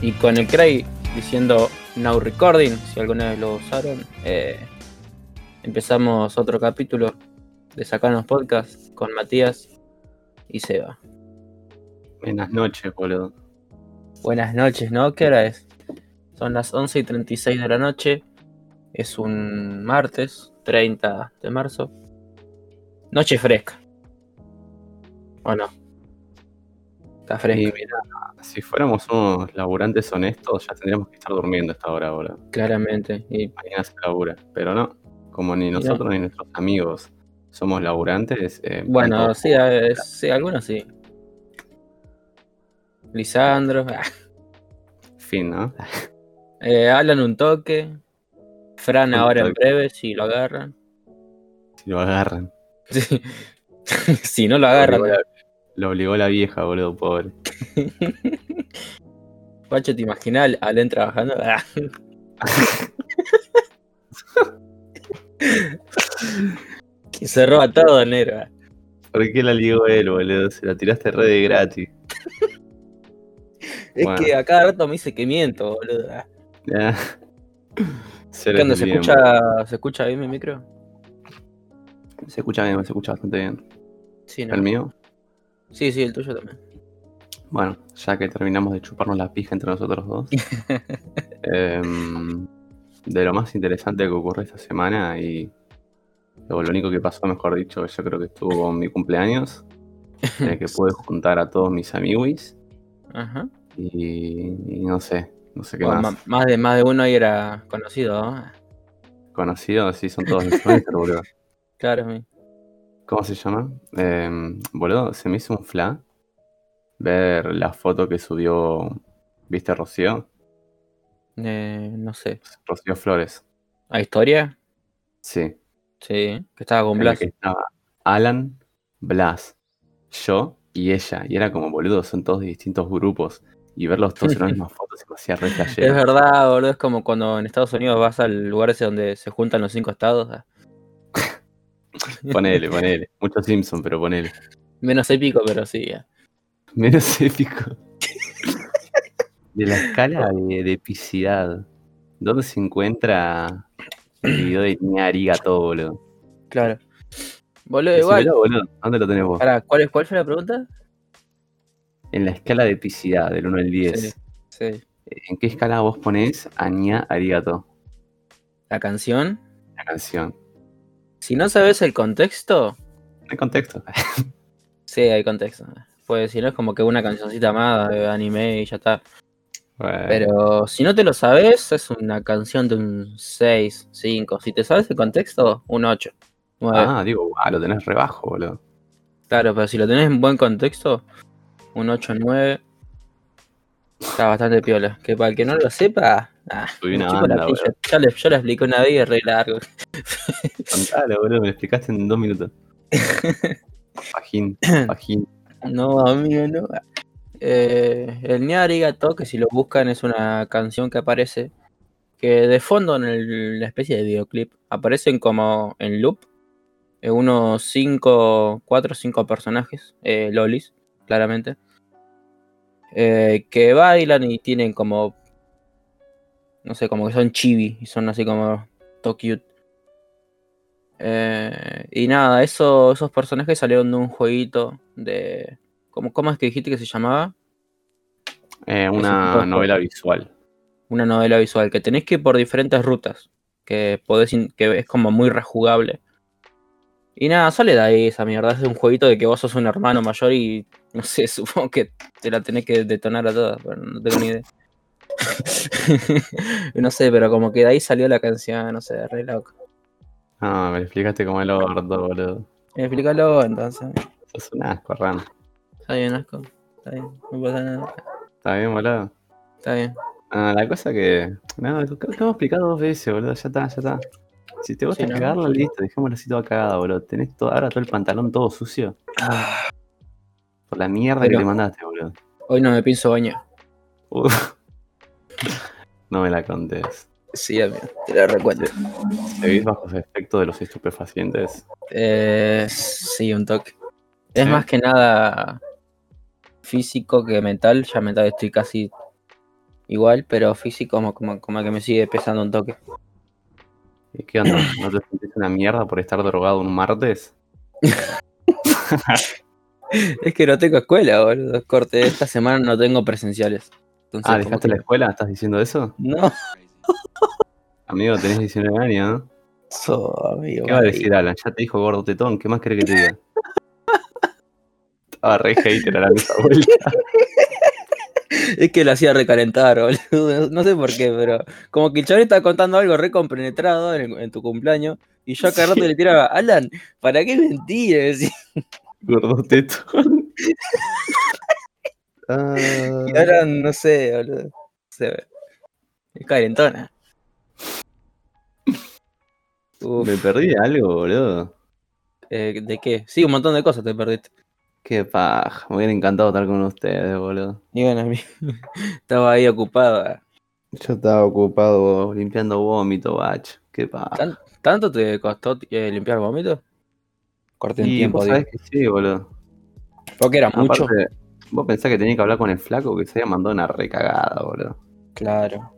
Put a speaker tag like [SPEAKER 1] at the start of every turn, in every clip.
[SPEAKER 1] y con el Cray diciendo Now Recording, si alguna vez lo usaron. eh, empezamos otro capítulo de Sacanos Podcast con Matías y Seba.
[SPEAKER 2] Buenas noches, boludo.
[SPEAKER 1] Buenas noches, ¿no? ¿Qué hora es? Son las 11 y 36 de la noche. Es un martes, 30 de marzo. Noche fresca. ¿O no? Está
[SPEAKER 2] Y
[SPEAKER 1] fresca,
[SPEAKER 2] mira, si fuéramos unos laburantes honestos, ya tendríamos que estar durmiendo a esta hora, boludo.
[SPEAKER 1] claramente. Y
[SPEAKER 2] Mañana se labura. Pero no, como ni
[SPEAKER 1] Mirá.
[SPEAKER 2] nosotros ni nuestros amigos somos laburantes. eh,
[SPEAKER 1] Bueno,
[SPEAKER 2] tanto-
[SPEAKER 1] sí, a ver, sí, algunos sí. Lisandro, ah,
[SPEAKER 2] Fin, ¿no?
[SPEAKER 1] eh, Alan un toque, Fran
[SPEAKER 2] Un
[SPEAKER 1] ahora en
[SPEAKER 2] toque.
[SPEAKER 1] breve si lo agarran.
[SPEAKER 2] Si lo agarran.
[SPEAKER 1] Sí. si no lo
[SPEAKER 2] Lo obligó
[SPEAKER 1] agarran,
[SPEAKER 2] la- Lo obligó la vieja, boludo, pobre.
[SPEAKER 1] Pacho, te imaginas al Alan trabajando. Ah. que se roba todo, negro.
[SPEAKER 2] ¿Por qué la ligó él, boludo? Se la tiraste re de gratis.
[SPEAKER 1] Es
[SPEAKER 2] Bueno.
[SPEAKER 1] que a cada rato me dice que miento, boludo.
[SPEAKER 2] Ya. Cero
[SPEAKER 1] ¿Cuándo se
[SPEAKER 2] tiempo.
[SPEAKER 1] escucha, se escucha bien mi micro?
[SPEAKER 2] Se escucha bien, se escucha bastante bien.
[SPEAKER 1] Sí, ¿no?
[SPEAKER 2] ¿El mío?
[SPEAKER 1] sí, sí, el tuyo también.
[SPEAKER 2] Bueno, ya que terminamos de chuparnos la pija entre nosotros dos. em, de lo más interesante que ocurrió esta semana y lo, lo único que pasó, mejor dicho, yo creo que estuvo en mi cumpleaños, en el que pude juntar a todos mis amiguis
[SPEAKER 1] Ajá.
[SPEAKER 2] y, y no sé, no sé qué
[SPEAKER 1] Bueno,
[SPEAKER 2] más.
[SPEAKER 1] ma- más, de, más de uno ahí era conocido, ¿no?
[SPEAKER 2] Conocidos, sí, son todos influencers, boludo.
[SPEAKER 1] Claro, mi-
[SPEAKER 2] ¿Cómo se llama? Em, boludo, se me hizo un fla ver la foto que subió, ¿viste Rocío?
[SPEAKER 1] eh, no sé.
[SPEAKER 2] Rocío Flores,
[SPEAKER 1] ¿Hay historia?
[SPEAKER 2] sí.
[SPEAKER 1] Sí, que estaba con
[SPEAKER 2] en la
[SPEAKER 1] Blas.
[SPEAKER 2] que estaba Alan, Blas, yo y ella. Y era como, boludo, son todos de distintos grupos. Y verlos todos en las mismas fotos se me hacía re flashero.
[SPEAKER 1] Es verdad, boludo, es como cuando en Estados Unidos vas al lugar ese donde se juntan los cinco estados. ah.
[SPEAKER 2] Ponele, ponele. Mucho Simpson, pero ponele.
[SPEAKER 1] Menos épico, pero sí. ah.
[SPEAKER 2] Menos épico. De la escala de, de epicidad. ¿Dónde se encuentra el video de Ñariga todo, boludo?
[SPEAKER 1] Claro. Boludo, igual.
[SPEAKER 2] Decímelo, boludo. ¿Dónde lo tenés vos?
[SPEAKER 1] Pará, ¿cuál, es- ¿Cuál fue la pregunta?
[SPEAKER 2] En la escala de epicidad, del 1 al 10.
[SPEAKER 1] Sí, sí.
[SPEAKER 2] ¿En qué escala vos ponés a Ña Arigato?
[SPEAKER 1] La canción.
[SPEAKER 2] La canción.
[SPEAKER 1] Si no sabes el contexto,
[SPEAKER 2] El contexto.
[SPEAKER 1] sí, hay contexto. Pues si no es como que una cancioncita más de anime y ya está.
[SPEAKER 2] Bueno.
[SPEAKER 1] Pero si no te lo sabes, es una canción de un 6, 5. Si te sabes el contexto, un 8.
[SPEAKER 2] Ah, digo, ah, lo tenés rebajo, boludo.
[SPEAKER 1] Claro, pero si lo tenés en buen contexto, un 8, 9. Está bastante piola. Que para el que no lo sepa, ah,
[SPEAKER 2] Subí una
[SPEAKER 1] me chupa la pija.
[SPEAKER 2] banda, boludo.
[SPEAKER 1] ya, le, yo le expliqué una vez y es re largo.
[SPEAKER 2] Contalo, boludo, me lo explicaste en dos minutos. Pajín, pajín.
[SPEAKER 1] No, amigo, no. Eh, el Niarigato, que si lo buscan es una canción que aparece, que de fondo en el- la especie de videoclip aparecen como en loop eh, unos 5, 4 o 5 personajes, eh, lolis, claramente, eh, que bailan y tienen como, no sé, como que son chibi y son así como to cute. Eh, y nada, eso, esos personajes salieron de un jueguito de. ¿Cómo, cómo es que dijiste que se llamaba?
[SPEAKER 2] Eh,
[SPEAKER 1] Eso
[SPEAKER 2] una
[SPEAKER 1] es un
[SPEAKER 2] novela visual.
[SPEAKER 1] Una novela visual, que tenés que ir por diferentes rutas, que podés in- que es como muy rejugable. Y nada, sale de ahí esa mierda, es un jueguito de que vos sos un hermano mayor y no sé, supongo que te la tenés que detonar a todas, pero no tengo ni idea. no sé, pero como que de ahí salió la canción, no sé, re loco.
[SPEAKER 2] Ah, me lo explicaste como el orto, boludo.
[SPEAKER 1] Explícalo entonces,
[SPEAKER 2] Sos un asco, Ram.
[SPEAKER 1] está bien, asco, está bien, no pasa nada,
[SPEAKER 2] ¿Está bien, boludo?
[SPEAKER 1] está bien.
[SPEAKER 2] Ah, la cosa que. No, te te hemos explicado dos veces, boludo. Ya está, ya está. Si te gusta
[SPEAKER 1] Sí, ¿no?
[SPEAKER 2] cagarla, listo, dejémoslo así toda cagada, boludo. Tenés todo, ahora todo el pantalón todo sucio. Por la mierda que
[SPEAKER 1] Ah. Pero-
[SPEAKER 2] te mandaste, boludo.
[SPEAKER 1] Hoy no me pienso bañar.
[SPEAKER 2] Uf. No me la contés.
[SPEAKER 1] Sí, amigo, te la recuerdo.
[SPEAKER 2] ¿Seguís bajo los efectos de los estupefacientes?
[SPEAKER 1] Eh, sí, un toque. Es
[SPEAKER 2] Sí.
[SPEAKER 1] más que nada físico que mental. Ya mental estoy casi igual, pero físico como, como, como que me sigue pesando un toque.
[SPEAKER 2] ¿Y ¿Qué onda? ¿No te sentís una mierda por estar drogado un martes?
[SPEAKER 1] Es que no tengo escuela, boludo. Corte, esta semana no tengo presenciales. Entonces,
[SPEAKER 2] ah,
[SPEAKER 1] como
[SPEAKER 2] ¿dejaste
[SPEAKER 1] que-
[SPEAKER 2] la escuela? ¿Estás diciendo eso?
[SPEAKER 1] No,
[SPEAKER 2] Amigo, tenés 19 años, ¿no?
[SPEAKER 1] so, amigo.
[SPEAKER 2] ¿Qué va a decir Alan? Ya te dijo gordo tetón, ¿qué más crees que te diga? Estaba re hater a la misma vuelta.
[SPEAKER 1] Es que lo hacía recalentar, boludo. No sé por qué, pero como que el chaval estaba contando algo re compenetrado en, el- en tu cumpleaños. Y yo a cada rato le tiraba, Alan, ¿para qué mentir?
[SPEAKER 2] Gordo tetón. Ah,
[SPEAKER 1] Y ahora no sé, boludo. Se ve. Es calentona. Uf,
[SPEAKER 2] me perdí de algo, boludo.
[SPEAKER 1] eh, ¿De qué? Sí, un montón de cosas te perdiste.
[SPEAKER 2] Qué paja, me hubiera encantado estar con ustedes, boludo.
[SPEAKER 1] Y bueno, a mí estaba ahí ocupado.
[SPEAKER 2] Yo estaba ocupado limpiando vómito, bacho. Qué paja.
[SPEAKER 1] Tan- ¿Tanto te costó eh, limpiar vómito? Corté en
[SPEAKER 2] Y
[SPEAKER 1] tiempo,
[SPEAKER 2] vos
[SPEAKER 1] digo.
[SPEAKER 2] sabés que sí, boludo.
[SPEAKER 1] Porque era mucho.
[SPEAKER 2] Aparte, vos pensás que tenía que hablar con el flaco que se había mandado una recagada, boludo.
[SPEAKER 1] Claro.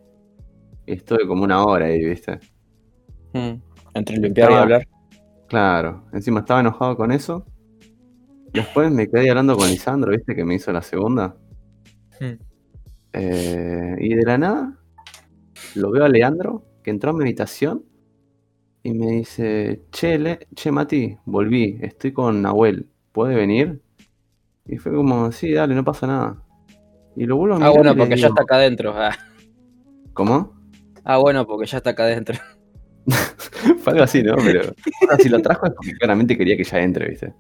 [SPEAKER 2] Y estuve como una hora ahí, viste.
[SPEAKER 1] Mm. Entre limpiar y
[SPEAKER 2] Estaba-
[SPEAKER 1] hablar.
[SPEAKER 2] Claro, encima estaba enojado con eso. Después me quedé hablando con Lisandro, viste, que me hizo la segunda.
[SPEAKER 1] Hmm.
[SPEAKER 2] Eh, y de la nada, lo veo a Leandro, que entró a mi habitación y me dice: Che, Le- che Mati, volví, estoy con Nahuel, ¿puede venir? Y fue como: Sí, dale, no pasa nada. Y lo vuelvo a
[SPEAKER 1] Ah,
[SPEAKER 2] mirar y
[SPEAKER 1] bueno,
[SPEAKER 2] le
[SPEAKER 1] porque ya
[SPEAKER 2] digo,
[SPEAKER 1] está acá adentro. Ah,
[SPEAKER 2] ¿Cómo?
[SPEAKER 1] Ah, bueno, porque ya está acá adentro.
[SPEAKER 2] Fue algo así, ¿no? Pero bueno, si lo trajo es porque claramente quería que ya entre, ¿viste?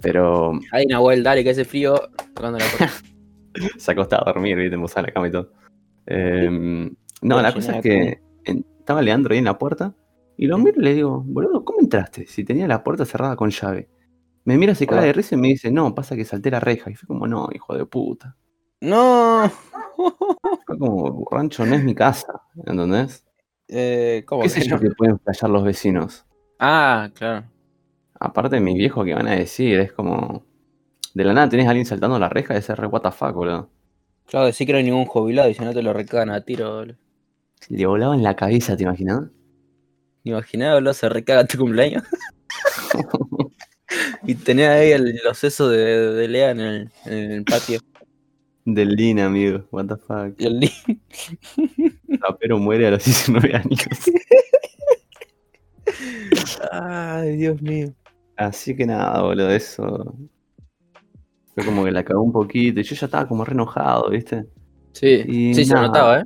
[SPEAKER 2] Pero
[SPEAKER 1] Hay una vuelta, dale, que hace frío. Tocando la puerta.
[SPEAKER 2] se acostaba a dormir, ¿viste? En a la cama y todo. Em, no, la cosa es que en- estaba Leandro ahí en la puerta y lo miro y le digo, boludo, ¿cómo entraste? Si tenía la puerta cerrada con llave. Me mira, se caga de risa y me dice, no, pasa que salté la reja. Y fue como, no, hijo de puta.
[SPEAKER 1] No.
[SPEAKER 2] Fue como, rancho no es mi casa, ¿entendés?
[SPEAKER 1] Eh, ¿Cómo
[SPEAKER 2] ¿Qué
[SPEAKER 1] que
[SPEAKER 2] sé yo
[SPEAKER 1] no?
[SPEAKER 2] que pueden fallar los vecinos?
[SPEAKER 1] Ah, claro.
[SPEAKER 2] Aparte, mis viejos que van a decir, es como. De la nada tenés a alguien saltando la reja, ese re what the fuck, boludo.
[SPEAKER 1] Claro, decí que no hay ningún jubilado y si no te lo recagan a tiro, boludo.
[SPEAKER 2] Le volaba en la cabeza, ¿te imaginas?
[SPEAKER 1] Imaginá, boludo, se recaga tu cumpleaños. y tenés ahí el- los sesos de, de Lea en el, en el patio.
[SPEAKER 2] Del Lina, amigo. What the fuck.
[SPEAKER 1] Y el niño
[SPEAKER 2] Tapero muere a los 19 años.
[SPEAKER 1] Ay, Dios mío.
[SPEAKER 2] Así que nada, boludo, eso. Fue como que la cagó un poquito y yo ya estaba como re enojado, ¿viste?
[SPEAKER 1] Sí,
[SPEAKER 2] Y
[SPEAKER 1] sí, se
[SPEAKER 2] nada.
[SPEAKER 1] notaba, ¿eh?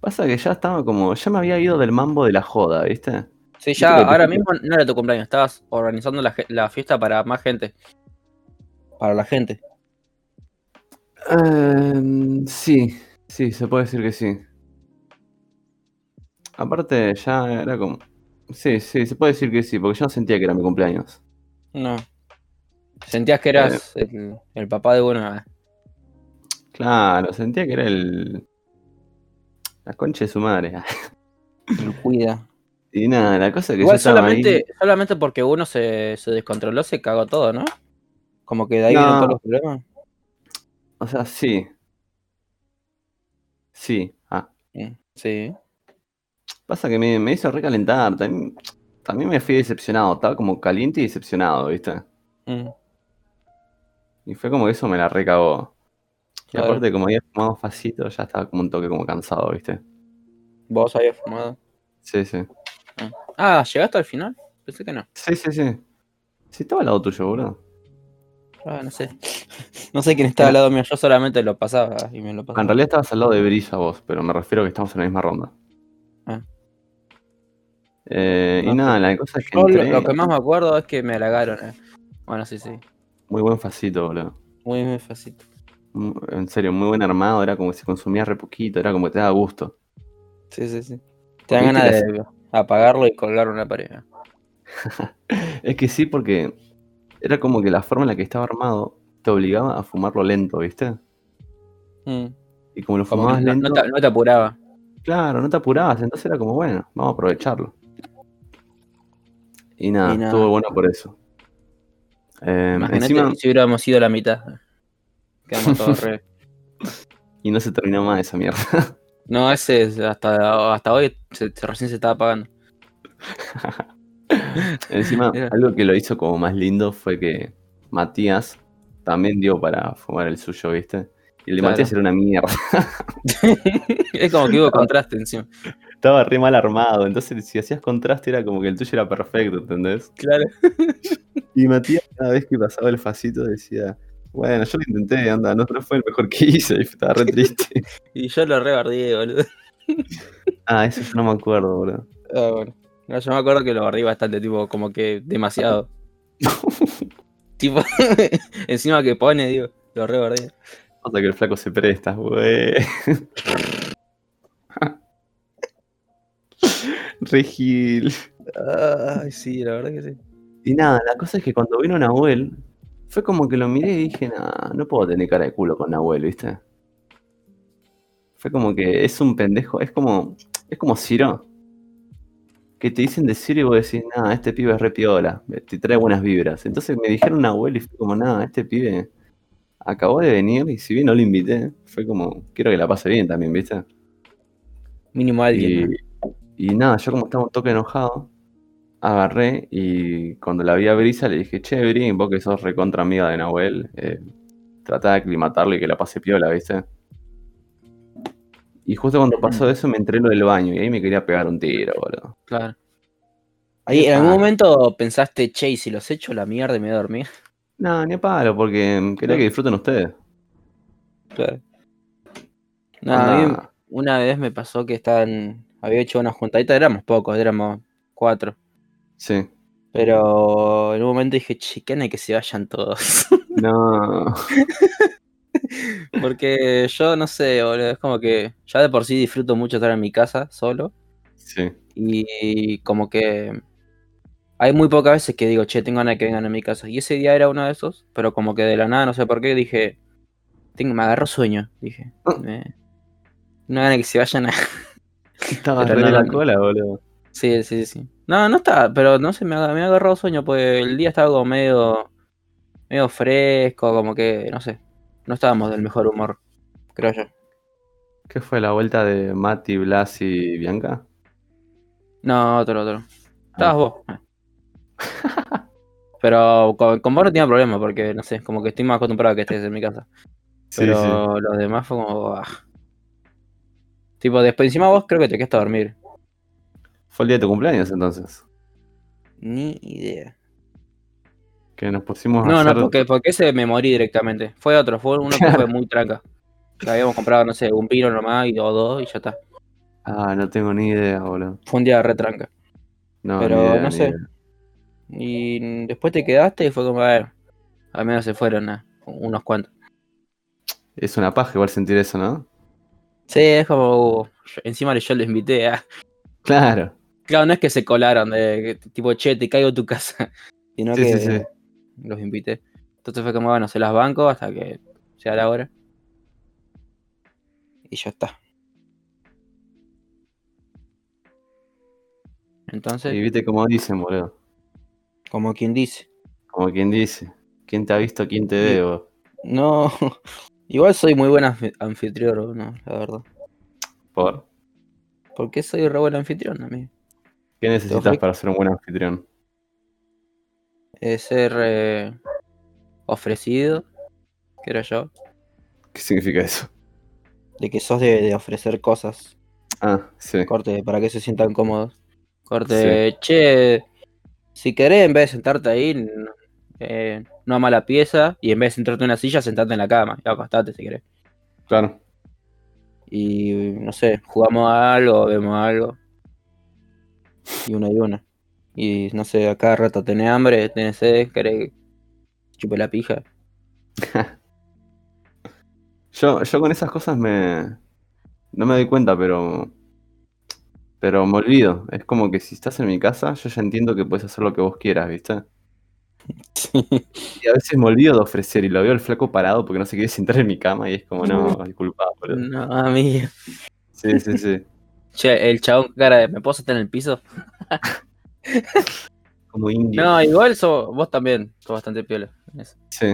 [SPEAKER 2] Pasa que ya estaba como. Ya me había ido del mambo de la joda, ¿viste?
[SPEAKER 1] Sí,
[SPEAKER 2] Creo
[SPEAKER 1] ya
[SPEAKER 2] que te
[SPEAKER 1] ahora
[SPEAKER 2] fuiste.
[SPEAKER 1] mismo no era tu cumpleaños, estabas organizando la, ge- la fiesta para más gente. Para la gente.
[SPEAKER 2] Em, sí, sí, se puede decir que sí. Aparte, ya era como. Sí, sí, se puede decir que sí, porque yo no sentía que era mi cumpleaños.
[SPEAKER 1] No. Sentías que eras
[SPEAKER 2] Eh.
[SPEAKER 1] el, el papá de eh. una.
[SPEAKER 2] Claro, sentía que era el. La concha de su madre.
[SPEAKER 1] el cuida.
[SPEAKER 2] Y nada, la cosa es que yo
[SPEAKER 1] Igual
[SPEAKER 2] estaba
[SPEAKER 1] solamente,
[SPEAKER 2] ahí.
[SPEAKER 1] solamente porque uno se, se descontroló, se cagó todo, ¿no? Como que de ahí
[SPEAKER 2] No.
[SPEAKER 1] vienen todos los problemas.
[SPEAKER 2] O sea, sí. Sí. Ah.
[SPEAKER 1] Mm, Sí.
[SPEAKER 2] Pasa que me, me hizo recalentar. También, también me fui decepcionado. Estaba como caliente y decepcionado, ¿viste?
[SPEAKER 1] Mm,
[SPEAKER 2] Y fue como que eso me la recagó. Y
[SPEAKER 1] claro.
[SPEAKER 2] aparte, como había fumado facito, ya estaba como un toque como cansado, ¿viste?
[SPEAKER 1] Vos habías fumado.
[SPEAKER 2] Sí, sí.
[SPEAKER 1] Ah, ¿llegaste al final? Pensé que no.
[SPEAKER 2] Sí, sí, sí. Sí, estaba al lado tuyo, boludo.
[SPEAKER 1] Ah, no sé. No sé quién estaba al lado mío, yo solamente lo pasaba y me lo pasaba.
[SPEAKER 2] Ah, En realidad estabas al lado de Brisa vos, pero me refiero que estamos en la misma ronda.
[SPEAKER 1] Ah.
[SPEAKER 2] Eh, y
[SPEAKER 1] Ah,
[SPEAKER 2] nada, la cosa es que
[SPEAKER 1] Yo lo,
[SPEAKER 2] entré,
[SPEAKER 1] lo que más me acuerdo es que me halagaron. eh. Bueno, sí, sí.
[SPEAKER 2] muy buen facito, boludo.
[SPEAKER 1] Muy, muy facito.
[SPEAKER 2] Mu- En serio, muy buen armado, era como que se consumía re poquito, era como que te daba gusto.
[SPEAKER 1] Sí, sí, sí. Te dan
[SPEAKER 2] Viste
[SPEAKER 1] ganas
[SPEAKER 2] que
[SPEAKER 1] de apagarlo y colgar una pared. eh.
[SPEAKER 2] Es que sí, porque era como que la forma en la que estaba armado te obligaba a fumarlo lento, ¿viste?
[SPEAKER 1] Mm.
[SPEAKER 2] Y como
[SPEAKER 1] Como que
[SPEAKER 2] lo fumabas
[SPEAKER 1] no,
[SPEAKER 2] lento,
[SPEAKER 1] no te, no te apuraba.
[SPEAKER 2] Claro, no te apurabas, entonces era como, bueno, vamos a aprovecharlo. Y nada,
[SPEAKER 1] Y nada.
[SPEAKER 2] estuvo bueno por eso. Eh,
[SPEAKER 1] Imagínate
[SPEAKER 2] encima,
[SPEAKER 1] si hubiéramos ido a la mitad. Quedamos todos re.
[SPEAKER 2] Y no se terminó más esa mierda.
[SPEAKER 1] No, ese es hasta, hasta hoy se- se- recién se estaba apagando.
[SPEAKER 2] Encima,
[SPEAKER 1] Mira.
[SPEAKER 2] algo que lo hizo como más lindo fue que Matías también dio para fumar el suyo, ¿viste? Y el de
[SPEAKER 1] Claro.
[SPEAKER 2] Matías era una mierda.
[SPEAKER 1] es como que hubo contraste encima.
[SPEAKER 2] Estaba re mal armado. Entonces, si hacías contraste, era como que el tuyo era perfecto, ¿entendés?
[SPEAKER 1] Claro.
[SPEAKER 2] Y Matías, cada vez que pasaba el facito, decía: Bueno, yo lo intenté, anda, no no fue el mejor que hice. Y estaba re triste.
[SPEAKER 1] Y yo lo rebardeé, boludo.
[SPEAKER 2] ah, eso yo no me acuerdo, boludo.
[SPEAKER 1] Ah, bueno. No, yo me acuerdo que lo barrí bastante, tipo, como que demasiado. tipo, encima que pone, digo, lo rebardé.
[SPEAKER 2] Pasa que el flaco se presta, güey. Regil.
[SPEAKER 1] Ay, sí, la verdad que sí.
[SPEAKER 2] Y nada, la cosa es que cuando vino Nahuel, fue como que lo miré y dije, nah, no puedo tener cara de culo con Nahuel, ¿viste? Fue como que es un pendejo, es como, es como Ciro. Que te dicen de Ciro y vos decís, nah, este pibe es re piola, te trae buenas vibras. Entonces me dijeron Nahuel y fue como, nah, este pibe acabó de venir y si bien no lo invité, fue como, quiero que la pase bien también, ¿viste?
[SPEAKER 1] Mínimo
[SPEAKER 2] Y,
[SPEAKER 1] alguien. ¿no?
[SPEAKER 2] y nada, yo como estaba un toque enojado, agarré y cuando la vi a Brisa le dije, che, Bri, vos que sos recontra amiga de Nahuel, eh, tratá de aclimatarlo y que la pase piola, ¿viste? Y justo cuando pasó eso me entré lo del baño y ahí me quería pegar un tiro, boludo.
[SPEAKER 1] Claro. Ahí, en
[SPEAKER 2] Ah.
[SPEAKER 1] algún momento pensaste, che, y si los echo a la mierda y me voy a dormir.
[SPEAKER 2] No, ni a palo, porque mm, quería
[SPEAKER 1] No.
[SPEAKER 2] que disfruten ustedes.
[SPEAKER 1] Claro. No, Ah, a mí
[SPEAKER 2] Onda,
[SPEAKER 1] una vez me pasó que estaban. Había hecho una juntadita, éramos pocos, éramos cuatro.
[SPEAKER 2] Sí.
[SPEAKER 1] Pero en un momento dije, chicane que se vayan todos.
[SPEAKER 2] No.
[SPEAKER 1] Porque yo no sé, boludo, es como que ya de por sí disfruto mucho estar en mi casa solo.
[SPEAKER 2] Sí.
[SPEAKER 1] Y como que hay muy pocas veces que digo, che, tengo ganas de que vengan a mi casa. Y ese día era uno de esos, pero como que de la nada, no sé por qué, dije, tengo, me agarró sueño, dije.
[SPEAKER 2] Ah.
[SPEAKER 1] "Me- no ganas de que se vayan a...
[SPEAKER 2] Estaba
[SPEAKER 1] Pero
[SPEAKER 2] re de
[SPEAKER 1] no,
[SPEAKER 2] la
[SPEAKER 1] no.
[SPEAKER 2] cola, boludo.
[SPEAKER 1] Sí, sí, sí. No, no estaba, pero no sé, me, aga- me agarró sueño, pues el día estaba como medio, medio fresco, como que, no sé, no estábamos del mejor humor, creo yo.
[SPEAKER 2] ¿Qué fue la vuelta de Mati, Blas y Bianca?
[SPEAKER 1] No, otro, otro. Estabas vos. Pero con, con vos no tenía problema, porque no sé, como que estoy más acostumbrado a que estés en mi casa. Pero los demás fue como. ah. Tipo, después encima vos creo que te quedaste a dormir.
[SPEAKER 2] Fue el día de tu cumpleaños entonces.
[SPEAKER 1] Ni idea.
[SPEAKER 2] Que nos pusimos a
[SPEAKER 1] No, no,
[SPEAKER 2] hacer-
[SPEAKER 1] porque, porque ese me morí directamente. Fue otro, fue uno que fue muy tranca. Que habíamos comprado, no sé, un vino nomás y o dos y ya está.
[SPEAKER 2] Ah, no tengo ni idea, boludo.
[SPEAKER 1] Fue un día re tranca.
[SPEAKER 2] No,
[SPEAKER 1] Pero,
[SPEAKER 2] ni idea,
[SPEAKER 1] no
[SPEAKER 2] ni
[SPEAKER 1] sé.
[SPEAKER 2] idea.
[SPEAKER 1] Y después te quedaste y fue como, a ver. Al menos se fueron ah, unos cuantos.
[SPEAKER 2] Es una paja igual sentir eso, ¿no?
[SPEAKER 1] Sí, es como. uh, yo- encima yo lo invité a.
[SPEAKER 2] Claro.
[SPEAKER 1] Claro, no es que se colaron de que, tipo, che, te caigo a tu casa, sino
[SPEAKER 2] Sí,
[SPEAKER 1] que
[SPEAKER 2] sí, sí.
[SPEAKER 1] los invité. Entonces fue como, bueno, se las banco hasta que sea la hora. Y ya está. Entonces,
[SPEAKER 2] Y viste como dicen, boludo.
[SPEAKER 1] como quien dice,
[SPEAKER 2] Como quien dice. ¿Quién te ha visto, quién te
[SPEAKER 1] Sí.
[SPEAKER 2] debo?
[SPEAKER 1] no, igual soy muy buen anfi- anfitrión, no, la verdad.
[SPEAKER 2] Por.
[SPEAKER 1] Porque soy re buen anfitrión, amigo.
[SPEAKER 2] ¿Qué necesitas
[SPEAKER 1] ofrezco-
[SPEAKER 2] para ser un buen anfitrión?
[SPEAKER 1] Es ser eh, ofrecido, creo yo,
[SPEAKER 2] ¿Qué significa eso?
[SPEAKER 1] de que sos de- de ofrecer cosas.
[SPEAKER 2] Ah, sí.
[SPEAKER 1] Corte, para que se sientan cómodos. Corte, che, si querés, en vez de sentarte ahí, n- eh, no ama la pieza, y en vez de sentarte en una silla, sentate en la cama, y acostate si querés.
[SPEAKER 2] Claro.
[SPEAKER 1] Y no sé, jugamos a algo, vemos algo. Y una y una. Y no sé, a cada rato tenés hambre, tenés sed, querés chupar la pija.
[SPEAKER 2] Yo, yo con esas cosas me. No me doy cuenta, pero. Pero me olvido. Es como que si estás en mi casa, yo ya entiendo que puedes hacer lo que vos quieras, ¿viste? Y a veces me olvido de ofrecer y lo veo al flaco parado porque no se quiere sentar en mi cama y es como, no, disculpa, boludo.
[SPEAKER 1] no, amigo.
[SPEAKER 2] Sí, sí, sí.
[SPEAKER 1] Che, el chabón con cara de, ¿me puedo sentar en el piso?
[SPEAKER 2] Como indio.
[SPEAKER 1] No, igual so- vos también, sos bastante piola. en eso.
[SPEAKER 2] Sí,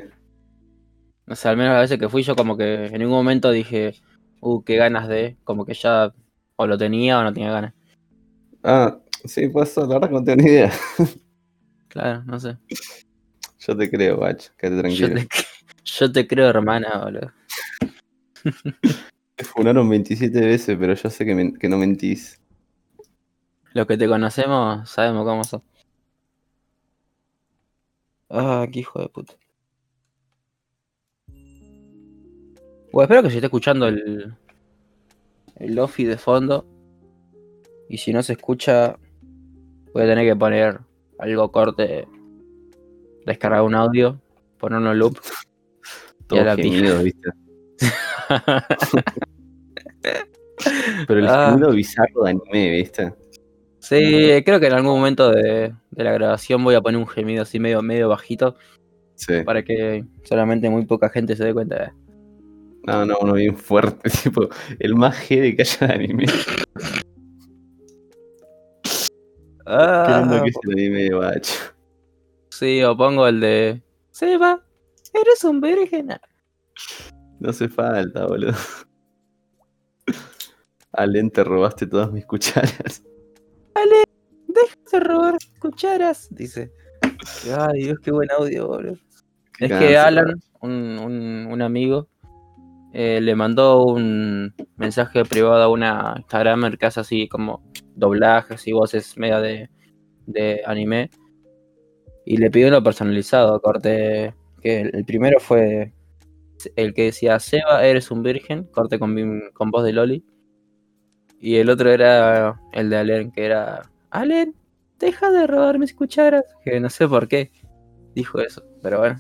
[SPEAKER 1] O sea, al menos las veces que fui yo como que en ningún momento dije, uh, qué ganas de, como que ya o lo tenía o no tenía ganas.
[SPEAKER 2] Ah, sí, pasó, la verdad que no tengo ni idea.
[SPEAKER 1] Claro, no sé.
[SPEAKER 2] Yo te creo, guacho, quédate tranquilo.
[SPEAKER 1] Yo te, yo te creo, hermana, boludo.
[SPEAKER 2] Te funaron 27 veces, pero yo sé que, men- que no mentís.
[SPEAKER 1] Los que te conocemos sabemos cómo son. Ah, qué hijo de puta. Bueno, espero que se esté escuchando el. El lofi de fondo. Y si no se escucha, voy a tener que poner algo corte. Descargar un audio, poner un loop.
[SPEAKER 2] Todo
[SPEAKER 1] la pija.
[SPEAKER 2] gemido, ¿viste? Pero el
[SPEAKER 1] Ah.
[SPEAKER 2] gemido bizarro de anime, ¿viste?
[SPEAKER 1] Sí, creo que en algún momento de, de la grabación voy a poner un gemido así medio, medio bajito
[SPEAKER 2] Sí.
[SPEAKER 1] para que solamente muy poca gente se dé cuenta.
[SPEAKER 2] No, no, uno bien fuerte, tipo, el más heavy que haya de anime. Qué lindo
[SPEAKER 1] Ah,
[SPEAKER 2] que es el anime, guacho.
[SPEAKER 1] sí, o pongo el de Seba, eres un berenjena.
[SPEAKER 2] No hace falta, boludo. Alen, te robaste todas mis cucharas.
[SPEAKER 1] Se robar cucharas, dice. Ay, Dios, qué buen audio, boludo.
[SPEAKER 2] Qué
[SPEAKER 1] Es que
[SPEAKER 2] cáncer,
[SPEAKER 1] Alan, un, un- un amigo, eh, le mandó un mensaje privado a una Instagramer que hace así como doblajes y voces media de, de anime. Y le pidió uno personalizado, corte. Que el el primero fue el que decía Seba, eres un virgen, corte con, vi- con voz de Loli. Y el otro era el de Alen, que era Alen, deja de robar mis cucharas. Que no sé por qué dijo eso, pero bueno.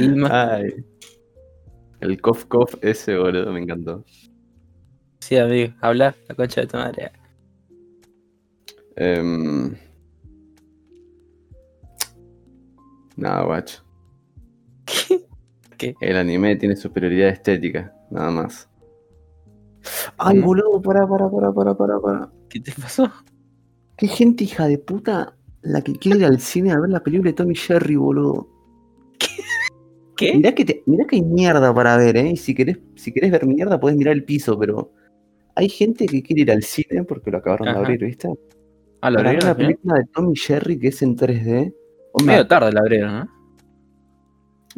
[SPEAKER 1] Ilma.
[SPEAKER 2] Ay. El cof cof ese, boludo, me encantó.
[SPEAKER 1] Sí, amigo, habla la concha de tu madre.
[SPEAKER 2] Em, Nada, guacho.
[SPEAKER 1] ¿Qué?
[SPEAKER 2] El anime tiene superioridad estética, nada más. Ay,
[SPEAKER 1] Mm.
[SPEAKER 2] boludo, pará, pará, pará, pará, pará, pará.
[SPEAKER 1] ¿Qué te pasó?
[SPEAKER 2] Qué gente hija de puta la que quiere ir al cine a ver la película de Tommy Jerry, boludo.
[SPEAKER 1] ¿Qué?
[SPEAKER 2] Mirá que, te- mirá que hay mierda para ver, ¿eh? Y si querés, si querés ver mierda, podés mirar el piso, pero hay gente que quiere ir al cine porque lo acabaron
[SPEAKER 1] Ajá.
[SPEAKER 2] de abrir, ¿viste?
[SPEAKER 1] Ah, la
[SPEAKER 2] Para ver
[SPEAKER 1] abrieron.
[SPEAKER 2] la
[SPEAKER 1] al final?
[SPEAKER 2] película de Tommy Jerry que es en 3D. Onda,
[SPEAKER 1] Medio tarde la abrieron, ¿no?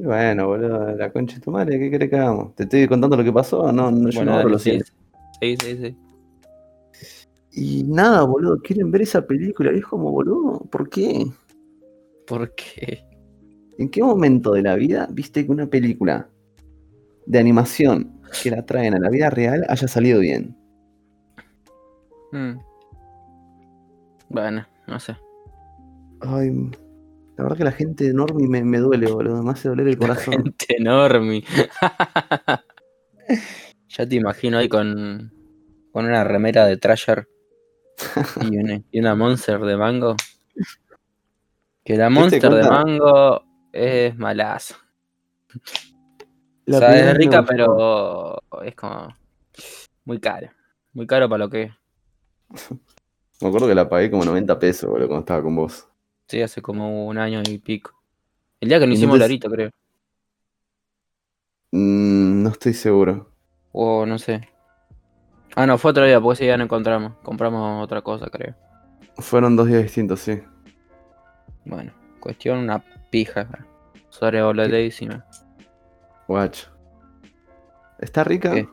[SPEAKER 2] Bueno, boludo, la concha de tu madre, ¿qué querés que hagamos? ¿Te estoy contando lo que pasó? No, no, yo no abro
[SPEAKER 1] dale,
[SPEAKER 2] los
[SPEAKER 1] sí,
[SPEAKER 2] cines.
[SPEAKER 1] sí, sí, sí.
[SPEAKER 2] Y nada, boludo, quieren ver esa película. Y es como, boludo, ¿por qué?
[SPEAKER 1] ¿Por qué?
[SPEAKER 2] ¿En qué momento de la vida viste que una película de animación que la traen a la vida real haya salido bien?
[SPEAKER 1] Mm. Bueno, no sé.
[SPEAKER 2] Ay, la verdad que la gente enorme me, me duele, boludo. Me hace doler el corazón.
[SPEAKER 1] Gente enorme. ya te imagino ahí con, con una remera de Trasher y una, y una Monster de mango. Que la Monster de
[SPEAKER 2] cuenta?
[SPEAKER 1] mango es malaza.
[SPEAKER 2] La
[SPEAKER 1] o sea,
[SPEAKER 2] primera
[SPEAKER 1] es
[SPEAKER 2] vez me
[SPEAKER 1] rica,
[SPEAKER 2] gustó.
[SPEAKER 1] pero es como muy caro. Muy caro para lo que es.
[SPEAKER 2] Me acuerdo que la pagué como 90 pesos, boludo, cuando estaba con vos.
[SPEAKER 1] Sí, hace como un año y pico. El día que no hicimos
[SPEAKER 2] Entonces-
[SPEAKER 1] el arito, creo.
[SPEAKER 2] Mm, no estoy seguro.
[SPEAKER 1] O no sé. Ah, no, fue otro día, porque ese día no encontramos. Compramos otra cosa, creo.
[SPEAKER 2] Fueron dos días distintos, sí.
[SPEAKER 1] Bueno, cuestión una pija. Sobrevaloradísima.
[SPEAKER 2] Guacho. ¿Está rica?
[SPEAKER 1] ¿Qué?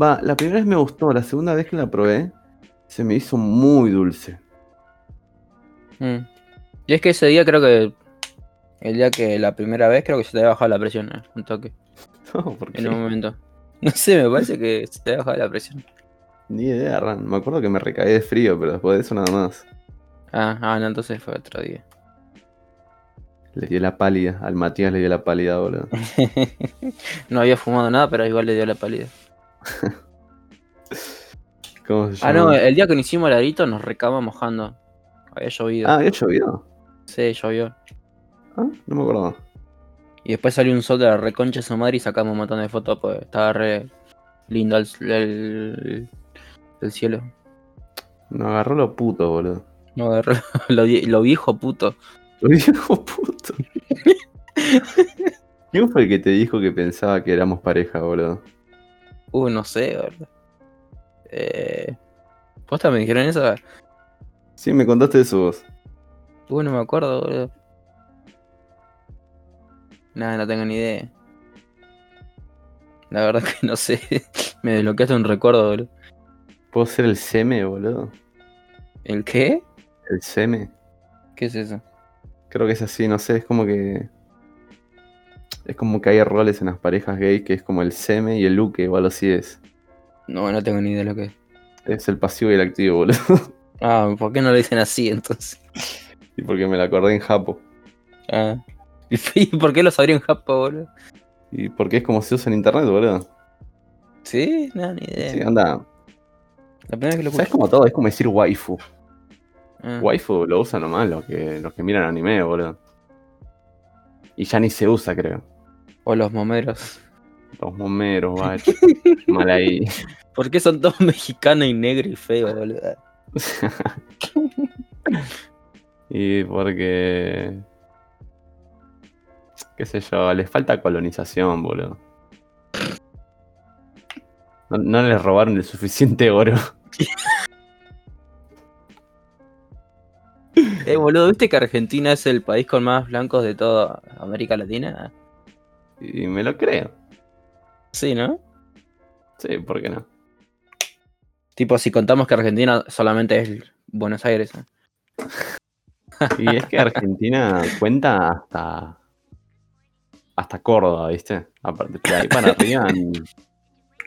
[SPEAKER 2] Va, la primera vez me gustó, la segunda vez que la probé, se me hizo muy dulce.
[SPEAKER 1] Mm. Y es que ese día creo que... El día que la primera vez creo que se te había bajado la presión, eh, un toque,
[SPEAKER 2] No, ¿por qué?
[SPEAKER 1] en un momento. No sé, me parece que se te había bajado la presión.
[SPEAKER 2] Ni idea, Ran. Me acuerdo que me recaí de frío, pero después de eso nada más.
[SPEAKER 1] Ah, ah, no, entonces fue otro día.
[SPEAKER 2] Le dio la pálida, al Matías le dio la pálida, boludo.
[SPEAKER 1] no había fumado nada, pero igual le dio la pálida.
[SPEAKER 2] ¿Cómo se
[SPEAKER 1] Ah,
[SPEAKER 2] llama?
[SPEAKER 1] no, el día que nos hicimos el arito nos recama mojando. Había llovido.
[SPEAKER 2] Ah, ¿había llovido?
[SPEAKER 1] Sí, llovió.
[SPEAKER 2] Ah, no me acuerdo.
[SPEAKER 1] Y después salió un sol de la reconcha de su madre y sacamos un montón de fotos, pues estaba re lindo el, el- el cielo.
[SPEAKER 2] Nos agarró lo puto, boludo.
[SPEAKER 1] No agarró lo, die- lo viejo puto.
[SPEAKER 2] Lo viejo puto. ¿Quién fue el que te dijo que pensaba que éramos pareja, boludo?
[SPEAKER 1] Uh, no sé, boludo. Eh, ¿Posta me dijeron eso?
[SPEAKER 2] Sí, me contaste eso vos.
[SPEAKER 1] Uh, no me acuerdo, boludo. Nada, no tengo ni idea. La verdad que no sé. me desbloqueaste un recuerdo, boludo.
[SPEAKER 2] ¿Puedo ser el seme, boludo?
[SPEAKER 1] ¿El qué?
[SPEAKER 2] ¿El seme?
[SPEAKER 1] ¿Qué es eso?
[SPEAKER 2] Creo que es así, no sé, es como que. Es como que hay roles en las parejas gay que es como el seme y el luque, o algo así es.
[SPEAKER 1] No, no tengo ni idea de lo que es.
[SPEAKER 2] Es el pasivo y el activo, boludo.
[SPEAKER 1] Ah, ¿por qué no lo dicen así entonces?
[SPEAKER 2] Y porque me la acordé en Japo.
[SPEAKER 1] Ah. ¿Y por qué lo sabría en Japo, boludo?
[SPEAKER 2] Y porque es como se usa en internet, boludo.
[SPEAKER 1] Sí, no, ni idea.
[SPEAKER 2] Sí, anda.
[SPEAKER 1] La primera vez que lo
[SPEAKER 2] ¿Sabes como todo? Es como decir waifu. Ah. Waifu lo usan nomás los que, los que miran anime, boludo. Y ya ni se usa, creo.
[SPEAKER 1] O los momeros.
[SPEAKER 2] Los momeros, bacho. Mal ahí.
[SPEAKER 1] ¿Por qué son todos mexicanos y negro y feo, boludo?
[SPEAKER 2] y porque. Qué sé yo, les falta colonización, boludo. No, no les robaron el suficiente oro.
[SPEAKER 1] Eh, boludo, ¿viste que Argentina es el país con más blancos de toda América Latina?
[SPEAKER 2] Y me lo creo.
[SPEAKER 1] Sí, ¿no?
[SPEAKER 2] Sí, ¿por qué no?
[SPEAKER 1] Tipo, si contamos que Argentina solamente es Buenos Aires. ¿eh?
[SPEAKER 2] Y es que Argentina cuenta hasta. hasta Córdoba, ¿viste? Aparte, de ahí para arriba.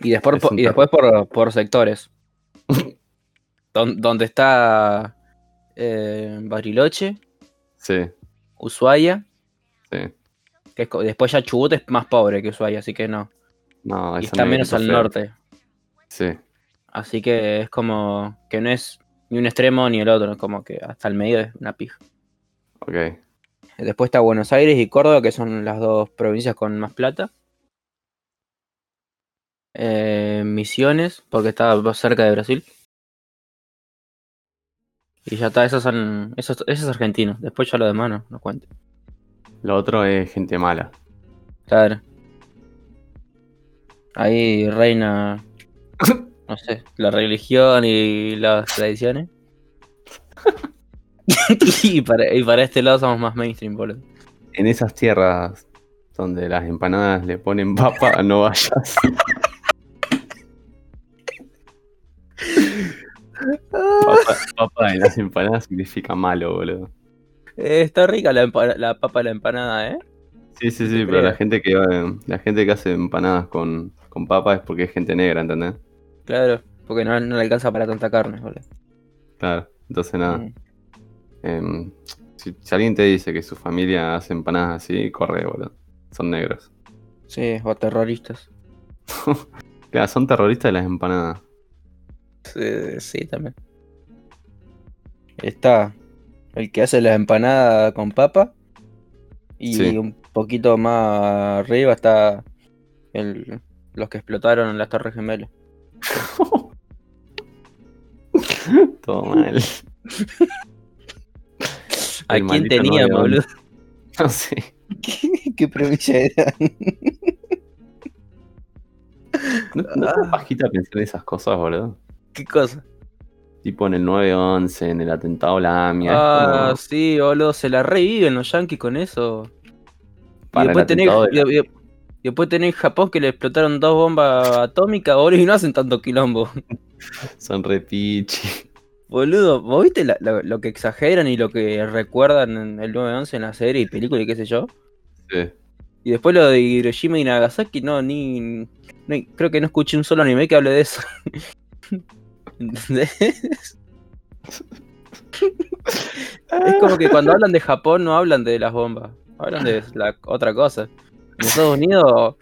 [SPEAKER 1] Y después, por, y después por, por sectores. Don, donde está eh, Bariloche,
[SPEAKER 2] Sí,
[SPEAKER 1] Ushuaia,
[SPEAKER 2] sí.
[SPEAKER 1] que es co- después ya Chubut es más pobre que Ushuaia, así que no.
[SPEAKER 2] No,
[SPEAKER 1] Y
[SPEAKER 2] eso
[SPEAKER 1] está
[SPEAKER 2] me
[SPEAKER 1] menos
[SPEAKER 2] hizo
[SPEAKER 1] al
[SPEAKER 2] feo.
[SPEAKER 1] norte.
[SPEAKER 2] Sí.
[SPEAKER 1] Así que es como que no es ni un extremo ni el otro, como que hasta el medio es una pija.
[SPEAKER 2] Ok.
[SPEAKER 1] Después está Buenos Aires y Córdoba, que son las dos provincias con más plata. Eh, Misiones, porque está más cerca de Brasil. Y ya está, esos son. Esos, esos argentinos. Después ya lo demás no, no cuento.
[SPEAKER 2] Lo otro es gente mala.
[SPEAKER 1] Claro. Ahí reina. No sé, la religión y las tradiciones. y, para, y para este lado somos más mainstream, boludo.
[SPEAKER 2] En esas tierras donde las empanadas le ponen papa, no vayas. Papa, papa en las empanadas significa malo, boludo.
[SPEAKER 1] Eh, está rica la, empa- la papa de la empanada, ¿eh?
[SPEAKER 2] Sí, sí,
[SPEAKER 1] te
[SPEAKER 2] sí, pero
[SPEAKER 1] creo.
[SPEAKER 2] la gente que la gente que hace empanadas con, con papa es porque es gente negra, ¿entendés?
[SPEAKER 1] Claro, porque no, no le alcanza para tanta carne, boludo.
[SPEAKER 2] Claro, entonces nada.
[SPEAKER 1] Mm.
[SPEAKER 2] em, si, si alguien te dice que su familia hace empanadas así, corre, boludo. Son negros.
[SPEAKER 1] Sí, o terroristas.
[SPEAKER 2] Claro, son terroristas de las empanadas.
[SPEAKER 1] Sí, Eh, sí, también. Está el que hace la empanada con papa. Y
[SPEAKER 2] Sí.
[SPEAKER 1] un poquito más arriba está el, los que explotaron las Torres Gemelas.
[SPEAKER 2] Todo mal.
[SPEAKER 1] ¿A
[SPEAKER 2] El
[SPEAKER 1] quién
[SPEAKER 2] maldito
[SPEAKER 1] tenía,
[SPEAKER 2] Nuevo León.
[SPEAKER 1] boludo?
[SPEAKER 2] No sé.
[SPEAKER 1] ¿Qué premisa era?
[SPEAKER 2] No, no es
[SPEAKER 1] Ah.
[SPEAKER 2] tan bajita pensar en esas cosas, boludo.
[SPEAKER 1] ¿Qué cosa?
[SPEAKER 2] Tipo en el 9-11, en el atentado a la AMIA. es
[SPEAKER 1] Ah,
[SPEAKER 2] como-
[SPEAKER 1] sí, boludo, se la reviven los yankees con eso. Y
[SPEAKER 2] Para
[SPEAKER 1] después,
[SPEAKER 2] el
[SPEAKER 1] tenés,
[SPEAKER 2] atentado de
[SPEAKER 1] y- y- y después tenés Japón que le explotaron dos bombas atómicas, boludo, y no hacen tanto quilombo.
[SPEAKER 2] Son repichi.
[SPEAKER 1] Boludo, ¿vos viste la- la- lo que exageran y lo que recuerdan en el 9-11 en la serie y película y qué sé yo?
[SPEAKER 2] Sí.
[SPEAKER 1] Y después lo de Hiroshima y Nagasaki, no, ni. no hay- creo que no escuché un solo anime que hable de eso. ¿Entendés? Es como que cuando hablan de Japón no hablan de las bombas, hablan de la otra cosa. En Estados Unidos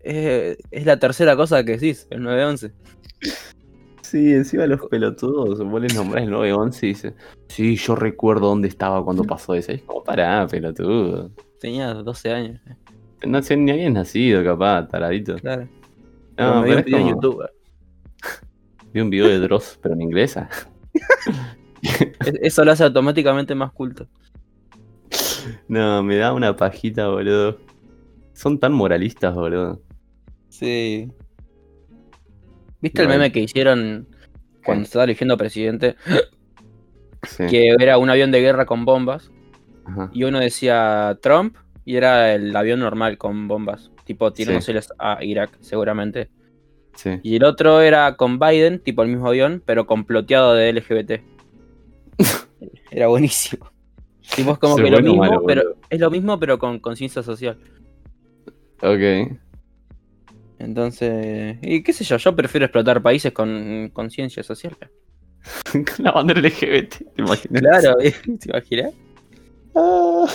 [SPEAKER 1] eh, es la tercera cosa que decís, el 9-11.
[SPEAKER 2] Sí, encima los pelotudos. Vos les nombrás el 9-11 y dices, sí, yo recuerdo dónde estaba cuando pasó eso. Es como, pará, pelotudo.
[SPEAKER 1] Tenía 12 años,
[SPEAKER 2] No sé, ni habías nacido, capaz, taradito.
[SPEAKER 1] claro. Pero
[SPEAKER 2] No,
[SPEAKER 1] me vi
[SPEAKER 2] pero
[SPEAKER 1] un
[SPEAKER 2] es
[SPEAKER 1] video en
[SPEAKER 2] como-
[SPEAKER 1] YouTube.
[SPEAKER 2] Vi un video de Dross, pero en inglesa.
[SPEAKER 1] Es- Eso lo hace automáticamente más culto.
[SPEAKER 2] No, me da una pajita, boludo. Son tan moralistas, boludo.
[SPEAKER 1] Sí. ¿Viste el meme que hicieron cuando estaba eligiendo presidente?
[SPEAKER 2] Sí.
[SPEAKER 1] Que era un avión de guerra con bombas.
[SPEAKER 2] Ajá.
[SPEAKER 1] Y uno decía Trump y era el avión normal con bombas. Tipo tirándoselas a Irak, seguramente.
[SPEAKER 2] Sí.
[SPEAKER 1] Y el otro era con Biden, tipo el mismo avión, pero comploteado de LGBT. era buenísimo. Tipo, es como
[SPEAKER 2] Sí,
[SPEAKER 1] que lo
[SPEAKER 2] bueno o
[SPEAKER 1] mismo,
[SPEAKER 2] malo,
[SPEAKER 1] pero es lo mismo, pero con conciencia social.
[SPEAKER 2] Ok.
[SPEAKER 1] Entonces, y qué sé yo, yo prefiero explotar países con conciencia social.
[SPEAKER 2] Con la bandera LGBT, ¿te imaginas?
[SPEAKER 1] Claro, ¿te imaginas?
[SPEAKER 2] Ah.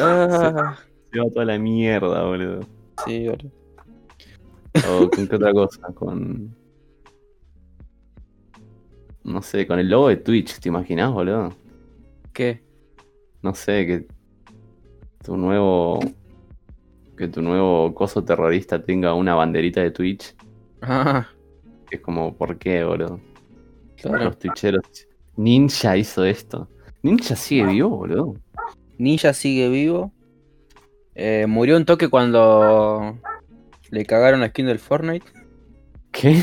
[SPEAKER 1] Ah,
[SPEAKER 2] Se va toda la mierda, boludo.
[SPEAKER 1] sí, boludo.
[SPEAKER 2] O con qué otra cosa, con. No sé, con el logo de Twitch, ¿te imaginas, boludo?
[SPEAKER 1] ¿Qué?
[SPEAKER 2] No sé, que tu nuevo. Que tu nuevo coso terrorista tenga una banderita de Twitch.
[SPEAKER 1] Ah,
[SPEAKER 2] Es como, ¿por qué, boludo?
[SPEAKER 1] claro.
[SPEAKER 2] Los twitcheros. Ninja hizo esto. Ninja sigue vivo, boludo.
[SPEAKER 1] Ninja sigue vivo. Eh, murió un toque cuando le cagaron la skin del Fortnite.
[SPEAKER 2] ¿Qué?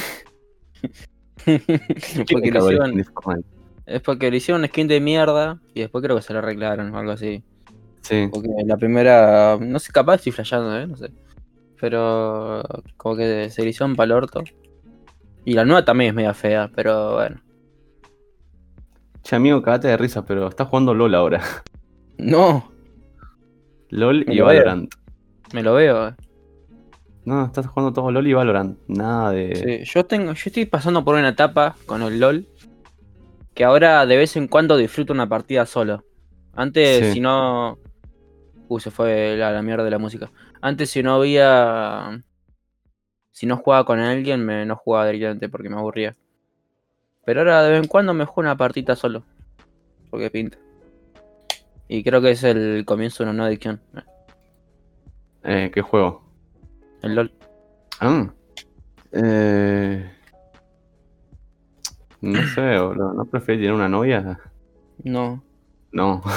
[SPEAKER 2] ¿Quién
[SPEAKER 1] porque
[SPEAKER 2] le
[SPEAKER 1] le
[SPEAKER 2] cagó el
[SPEAKER 1] hicieron,
[SPEAKER 2] skin de Fortnite?
[SPEAKER 1] es porque le hicieron skin de mierda y después creo que se la arreglaron o algo así.
[SPEAKER 2] Sí.
[SPEAKER 1] Porque la primera, no sé, capaz estoy flasheando, ¿eh? no sé. Pero como que se le hicieron pa'l orto. Y la nueva también es media fea, pero bueno.
[SPEAKER 2] Che, amigo, cagate de risa, pero estás jugando LOL ahora.
[SPEAKER 1] No,
[SPEAKER 2] LOL
[SPEAKER 1] Me
[SPEAKER 2] y
[SPEAKER 1] lo veo.
[SPEAKER 2] Valorant.
[SPEAKER 1] me lo veo. eh.
[SPEAKER 2] No, estás jugando todo LOL y Valorant. Nada de.
[SPEAKER 1] Sí, yo tengo, yo estoy pasando por una etapa con el LOL que ahora de vez en cuando disfruto una partida solo. Antes,
[SPEAKER 2] Sí.
[SPEAKER 1] si no. Uh, se fue la, la mierda de la música. Antes, si no había. Si no jugaba con alguien, me, no jugaba directamente porque me aburría. Pero ahora de vez en cuando me juego una partita solo. Porque pinta. Y creo que es el comienzo de una nueva adicción.
[SPEAKER 2] Eh, ¿Qué juego?
[SPEAKER 1] El LOL.
[SPEAKER 2] Ah. Eh... No sé, boludo. ¿No preferís tener una novia?
[SPEAKER 1] No.
[SPEAKER 2] No.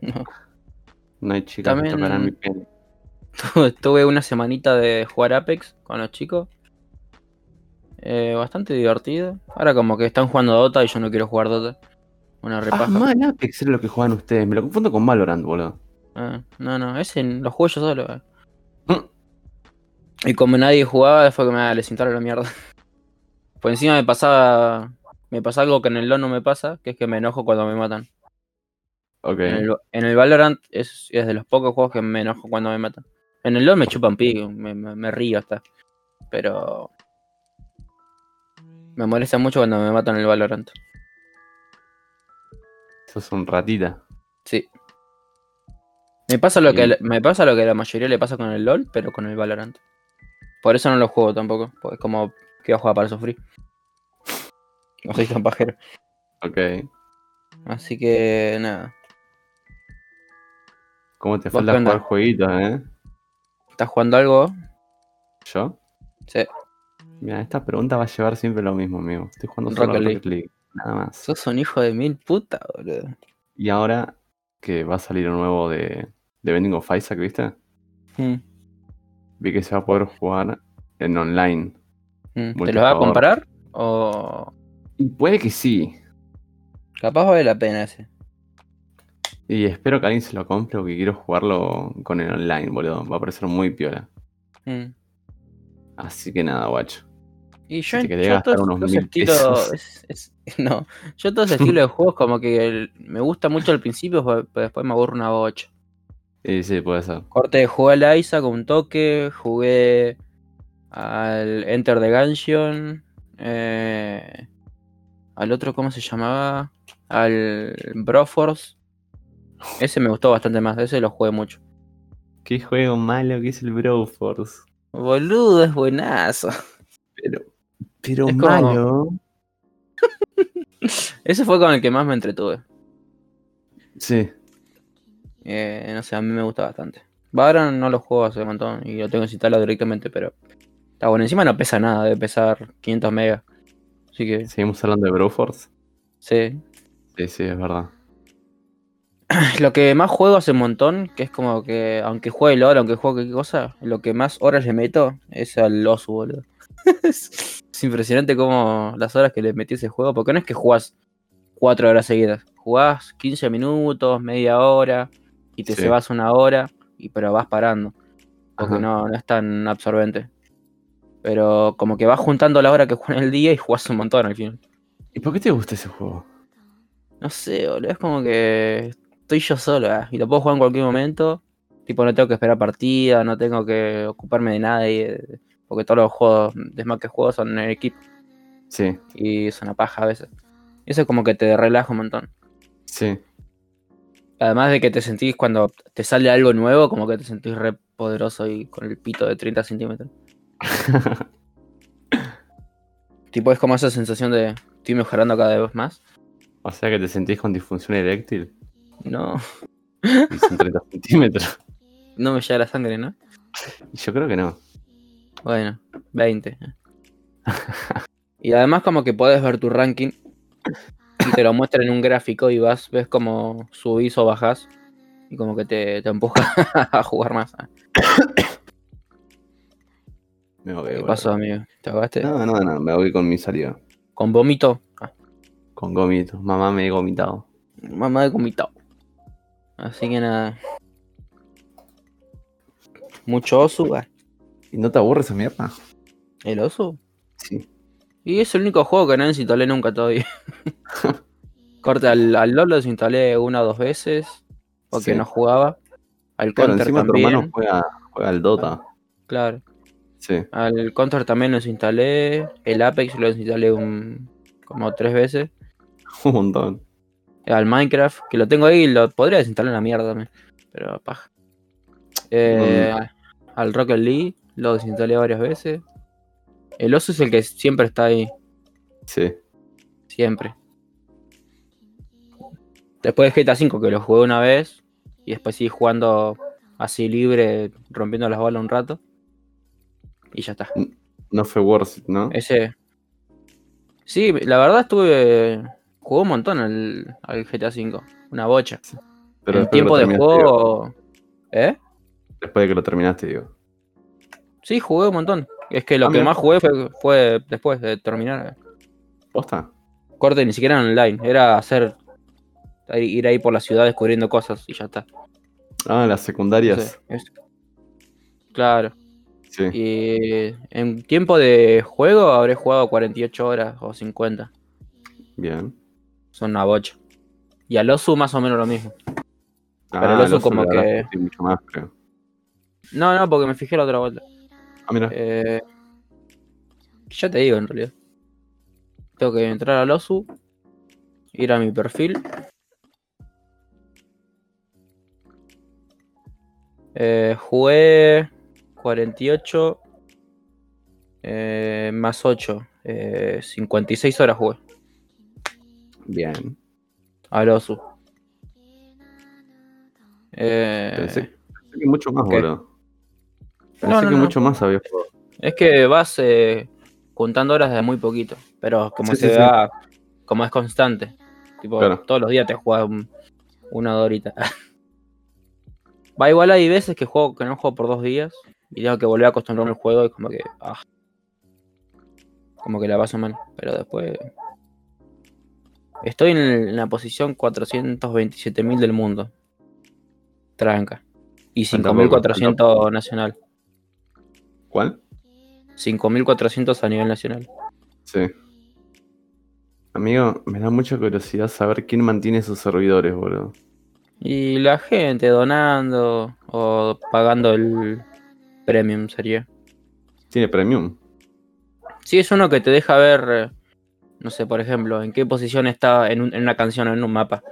[SPEAKER 1] No.
[SPEAKER 2] No hay chicas
[SPEAKER 1] También-
[SPEAKER 2] que tocarán mi pene.
[SPEAKER 1] Tuve una semanita de jugar Apex con los chicos. Eh, bastante divertido. Ahora como que están jugando Dota y yo no quiero jugar Dota. Una
[SPEAKER 2] Ah,
[SPEAKER 1] repaja.
[SPEAKER 2] mal Apex era lo que jugaban ustedes. Me lo confundo con Valorant, boludo.
[SPEAKER 1] Ah, no, no, ese lo jugué yo solo. eh.
[SPEAKER 2] Mm.
[SPEAKER 1] Y como nadie jugaba fue que me les instalaron la mierda. Por encima me pasaba me pasa algo que en el LoL no me pasa, que es que me enojo cuando me matan.
[SPEAKER 2] Ok.
[SPEAKER 1] En el, en el Valorant es, es de los pocos juegos que me enojo cuando me matan. En el LoL me chupan pico, me, me- me río hasta. Pero. Me molesta mucho cuando me matan en el Valorant.
[SPEAKER 2] Sos un ratita.
[SPEAKER 1] Sí. Me pasa lo que,
[SPEAKER 2] Y-
[SPEAKER 1] le- me pasa lo que a la mayoría le pasa con el LoL, pero con el Valorant. Por eso no lo juego tampoco. Porque es como que voy a jugar para sufrir. No soy tan pajero.
[SPEAKER 2] Ok.
[SPEAKER 1] Así que nada.
[SPEAKER 2] ¿Cómo te
[SPEAKER 1] ¿Vos
[SPEAKER 2] falta
[SPEAKER 1] qué
[SPEAKER 2] jugar
[SPEAKER 1] onda?
[SPEAKER 2] jueguitos, eh?
[SPEAKER 1] ¿Estás jugando algo?
[SPEAKER 2] ¿Yo?
[SPEAKER 1] Sí.
[SPEAKER 2] Mira, esta pregunta va a llevar siempre lo mismo, amigo. Estoy jugando solo
[SPEAKER 1] Rocket
[SPEAKER 2] Rocket
[SPEAKER 1] League.
[SPEAKER 2] League, Nada más.
[SPEAKER 1] Sos un hijo de mil puta, boludo.
[SPEAKER 2] Y ahora que va a salir un nuevo de, de Binding of Isaac, ¿viste?
[SPEAKER 1] Mm,
[SPEAKER 2] Vi que se va a poder jugar en online.
[SPEAKER 1] mm. ¿Te los vas a
[SPEAKER 2] Multijugador.
[SPEAKER 1] comprar? O.
[SPEAKER 2] Y puede que sí.
[SPEAKER 1] Capaz vale la pena ese.
[SPEAKER 2] Y espero que alguien se lo compre porque quiero jugarlo con el online, boludo. Va a parecer muy piola.
[SPEAKER 1] Mm.
[SPEAKER 2] Así que nada, guacho.
[SPEAKER 1] Y yo,
[SPEAKER 2] te querés
[SPEAKER 1] yo
[SPEAKER 2] gastar
[SPEAKER 1] todos
[SPEAKER 2] unos
[SPEAKER 1] los
[SPEAKER 2] mil
[SPEAKER 1] estilos.
[SPEAKER 2] pesos.
[SPEAKER 1] es- es- no, yo todos los estilos de juegos, como que el- me gusta mucho al principio, pero pero después me aburro una bocha.
[SPEAKER 2] Y sí, puede ser.
[SPEAKER 1] Corte, jugué al Isaac con un toque, jugué al Enter the Gungeon, eh, al otro, ¿cómo se llamaba? Al Broforce. Ese me gustó bastante más, ese lo jugué mucho.
[SPEAKER 2] Qué juego malo que es el Broforce.
[SPEAKER 1] Boludo, es buenazo.
[SPEAKER 2] Pero, pero
[SPEAKER 1] Es como-
[SPEAKER 2] malo.
[SPEAKER 1] Ese fue con el que más me entretuve.
[SPEAKER 2] Sí.
[SPEAKER 1] Eh, no sé, a mí me gusta bastante. Valorant no lo juego hace un montón y lo tengo instalado directamente, pero está bueno. Encima no pesa nada, debe pesar 500 megas. Así que
[SPEAKER 2] Seguimos hablando de Broforce.
[SPEAKER 1] Sí.
[SPEAKER 2] Sí, sí, es verdad.
[SPEAKER 1] Lo que más juego hace un montón, que es como que, aunque juegue LOL, aunque juegue cualquier cosa, lo que más horas le meto es al los boludo. es impresionante como las horas que le metí a ese juego, porque no es que jugás 4 horas seguidas, jugás 15 minutos, media hora, y te
[SPEAKER 2] Sí.
[SPEAKER 1] llevas una hora, y pero vas parando, porque
[SPEAKER 2] Ajá.
[SPEAKER 1] no, no es tan absorbente. Pero como que vas juntando la hora que juegas en el día y jugás un montón al final.
[SPEAKER 2] ¿Y por qué te gusta ese juego?
[SPEAKER 1] No sé, boludo, es como que estoy yo solo, ah, y lo puedo jugar en cualquier momento. Tipo, no tengo que esperar partida, no tengo que ocuparme de nadie, eh, porque todos los juegos de Smack que juego son en equipo
[SPEAKER 2] Sí,
[SPEAKER 1] y es una paja a veces. Eso es como que te relaja un montón.
[SPEAKER 2] sí.
[SPEAKER 1] Además de que te sentís cuando te sale algo nuevo, como que te sentís re poderoso y con el pito de 30 centímetros. Tipo, es como esa sensación de estoy mejorando cada vez más.
[SPEAKER 2] o sea que te sentís con disfunción eréctil.
[SPEAKER 1] No,
[SPEAKER 2] Y son 30 centímetros.
[SPEAKER 1] no me llega la sangre, ¿no?
[SPEAKER 2] Yo creo que no.
[SPEAKER 1] Bueno, 20. y además como que podés ver tu ranking y te lo muestra en un gráfico y vas, ves como subís o bajás y como que te, te empuja a jugar más. Ah,
[SPEAKER 2] Me voy,
[SPEAKER 1] ¿Qué
[SPEAKER 2] boludo.
[SPEAKER 1] Eh, pasó, amigo? ¿Te ahogaste?
[SPEAKER 2] No, no, no. Me voy con mi salida.
[SPEAKER 1] ¿Con vómito? Ah,
[SPEAKER 2] Con gomito. Mamá me he gomitado.
[SPEAKER 1] mamá de vomitado. Así que nada. Mucho osu. ah.
[SPEAKER 2] ¿Y no te aburre esa mierda?
[SPEAKER 1] ¿El osu?
[SPEAKER 2] Sí.
[SPEAKER 1] Y es el único juego que no desinstalé nunca todavía. Corte al, al LOL lo desinstalé una o dos veces. Porque
[SPEAKER 2] Sí.
[SPEAKER 1] no jugaba. Al
[SPEAKER 2] Claro,
[SPEAKER 1] Counter
[SPEAKER 2] encima
[SPEAKER 1] también.
[SPEAKER 2] tu hermano juega, juega al Dota.
[SPEAKER 1] Claro.
[SPEAKER 2] Sí.
[SPEAKER 1] Al Counter también lo desinstalé. El Apex lo desinstalé un, como tres veces.
[SPEAKER 2] Un montón.
[SPEAKER 1] Al Minecraft, que lo tengo ahí, lo podría desinstalar una mierda también. Pero paja. Eh, Al Rocket League lo desinstalé varias veces. El oso es el que siempre está ahí.
[SPEAKER 2] Sí.
[SPEAKER 1] Siempre. Después de GTA V que lo jugué una vez y después seguí jugando así libre, rompiendo las balas un rato. Y ya está.
[SPEAKER 2] No fue worth it, ¿no?
[SPEAKER 1] Ese. Sí, la verdad estuve. Jugué un montón al, al GTA V. Una bocha.
[SPEAKER 2] Pero
[SPEAKER 1] el
[SPEAKER 2] después que lo
[SPEAKER 1] tiempo de
[SPEAKER 2] terminaste, digo.
[SPEAKER 1] juego. ¿Eh?
[SPEAKER 2] Después de que lo terminaste, digo.
[SPEAKER 1] Sí, jugué un montón. Es que lo
[SPEAKER 2] Ah,
[SPEAKER 1] que
[SPEAKER 2] mira.
[SPEAKER 1] más jugué fue, fue después de terminar.
[SPEAKER 2] ¿Posta?
[SPEAKER 1] Corte ni siquiera online. Era hacer. Ir ahí por la ciudad descubriendo cosas y ya está.
[SPEAKER 2] Ah, las secundarias.
[SPEAKER 1] Sí, es- Claro.
[SPEAKER 2] Sí.
[SPEAKER 1] Y en tiempo de juego habré jugado 48 horas o 50.
[SPEAKER 2] Bien.
[SPEAKER 1] Son una bocha. Y a Losu más o menos lo mismo. Pero el oso
[SPEAKER 2] Ah, oso
[SPEAKER 1] como
[SPEAKER 2] le habrás
[SPEAKER 1] que-
[SPEAKER 2] metido Mucho más, creo.
[SPEAKER 1] No, no, porque me fijé la otra vuelta.
[SPEAKER 2] Ah, mira.
[SPEAKER 1] Eh, ya te digo en realidad. Tengo que entrar a Losu. Ir a mi perfil. Eh, jugué 48 eh, más 8. eh, 56 horas jugué
[SPEAKER 2] Bien.
[SPEAKER 1] a Losu. Eh,
[SPEAKER 2] Pensé, pensé que mucho más,
[SPEAKER 1] ok.
[SPEAKER 2] boludo. Pensé
[SPEAKER 1] No, no,
[SPEAKER 2] que
[SPEAKER 1] no.
[SPEAKER 2] mucho más había jugado.
[SPEAKER 1] Es que vas eh, juntando horas de muy poquito, pero como
[SPEAKER 2] Sí,
[SPEAKER 1] se
[SPEAKER 2] sí, sí.
[SPEAKER 1] da, como es constante. Tipo,
[SPEAKER 2] Claro.
[SPEAKER 1] todos los días te juegas un- una horita. Va igual hay veces que juego que no juego por dos días y tengo que volver a acostumbrarme al juego y como que. ah, como que la paso mal. Pero después. Estoy en, el- en la posición 427.000 del mundo. Tranca. Y
[SPEAKER 2] Falta poco,
[SPEAKER 1] 5.400 nacional.
[SPEAKER 2] ¿Cuál?
[SPEAKER 1] 5.400 a nivel nacional.
[SPEAKER 2] Sí. Amigo, me da mucha curiosidad saber quién mantiene sus servidores, boludo.
[SPEAKER 1] Y la gente donando o pagando el premium sería.
[SPEAKER 2] Tiene premium.
[SPEAKER 1] Sí, es uno que te deja ver, eh, no sé, por ejemplo, en qué posición está en, un- en una canción o en un mapa.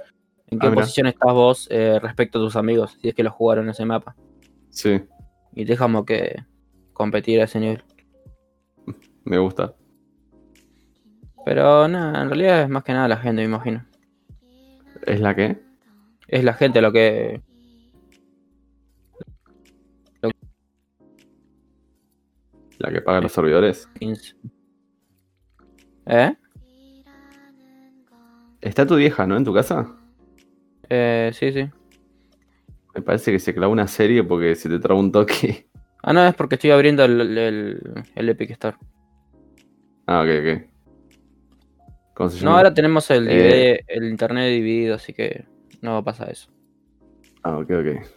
[SPEAKER 1] En qué
[SPEAKER 2] Ah, mirá.
[SPEAKER 1] posición estás vos eh, respecto a tus amigos, si es que lo jugaron ese mapa.
[SPEAKER 2] Sí,
[SPEAKER 1] Y te deja como que competir a ese nivel.
[SPEAKER 2] me gusta.
[SPEAKER 1] Pero nada, en realidad es más que nada la gente, me imagino.
[SPEAKER 2] ¿Es la que?
[SPEAKER 1] Es la gente lo que...
[SPEAKER 2] La que paga los servidores.
[SPEAKER 1] ¿Eh?
[SPEAKER 2] Está tu vieja, ¿no? En tu casa.
[SPEAKER 1] Eh, sí, sí.
[SPEAKER 2] Me parece que se clavó una serie porque se te trabó un toque.
[SPEAKER 1] Ah, no, es porque estoy abriendo el, el, el Epic Store.
[SPEAKER 2] Ah, ok, ok. ¿Cómo se
[SPEAKER 1] No,
[SPEAKER 2] llama?
[SPEAKER 1] ahora tenemos el,
[SPEAKER 2] Eh.
[SPEAKER 1] DVD el internet dividido, así que no pasa eso.
[SPEAKER 2] Ah, ok, ok.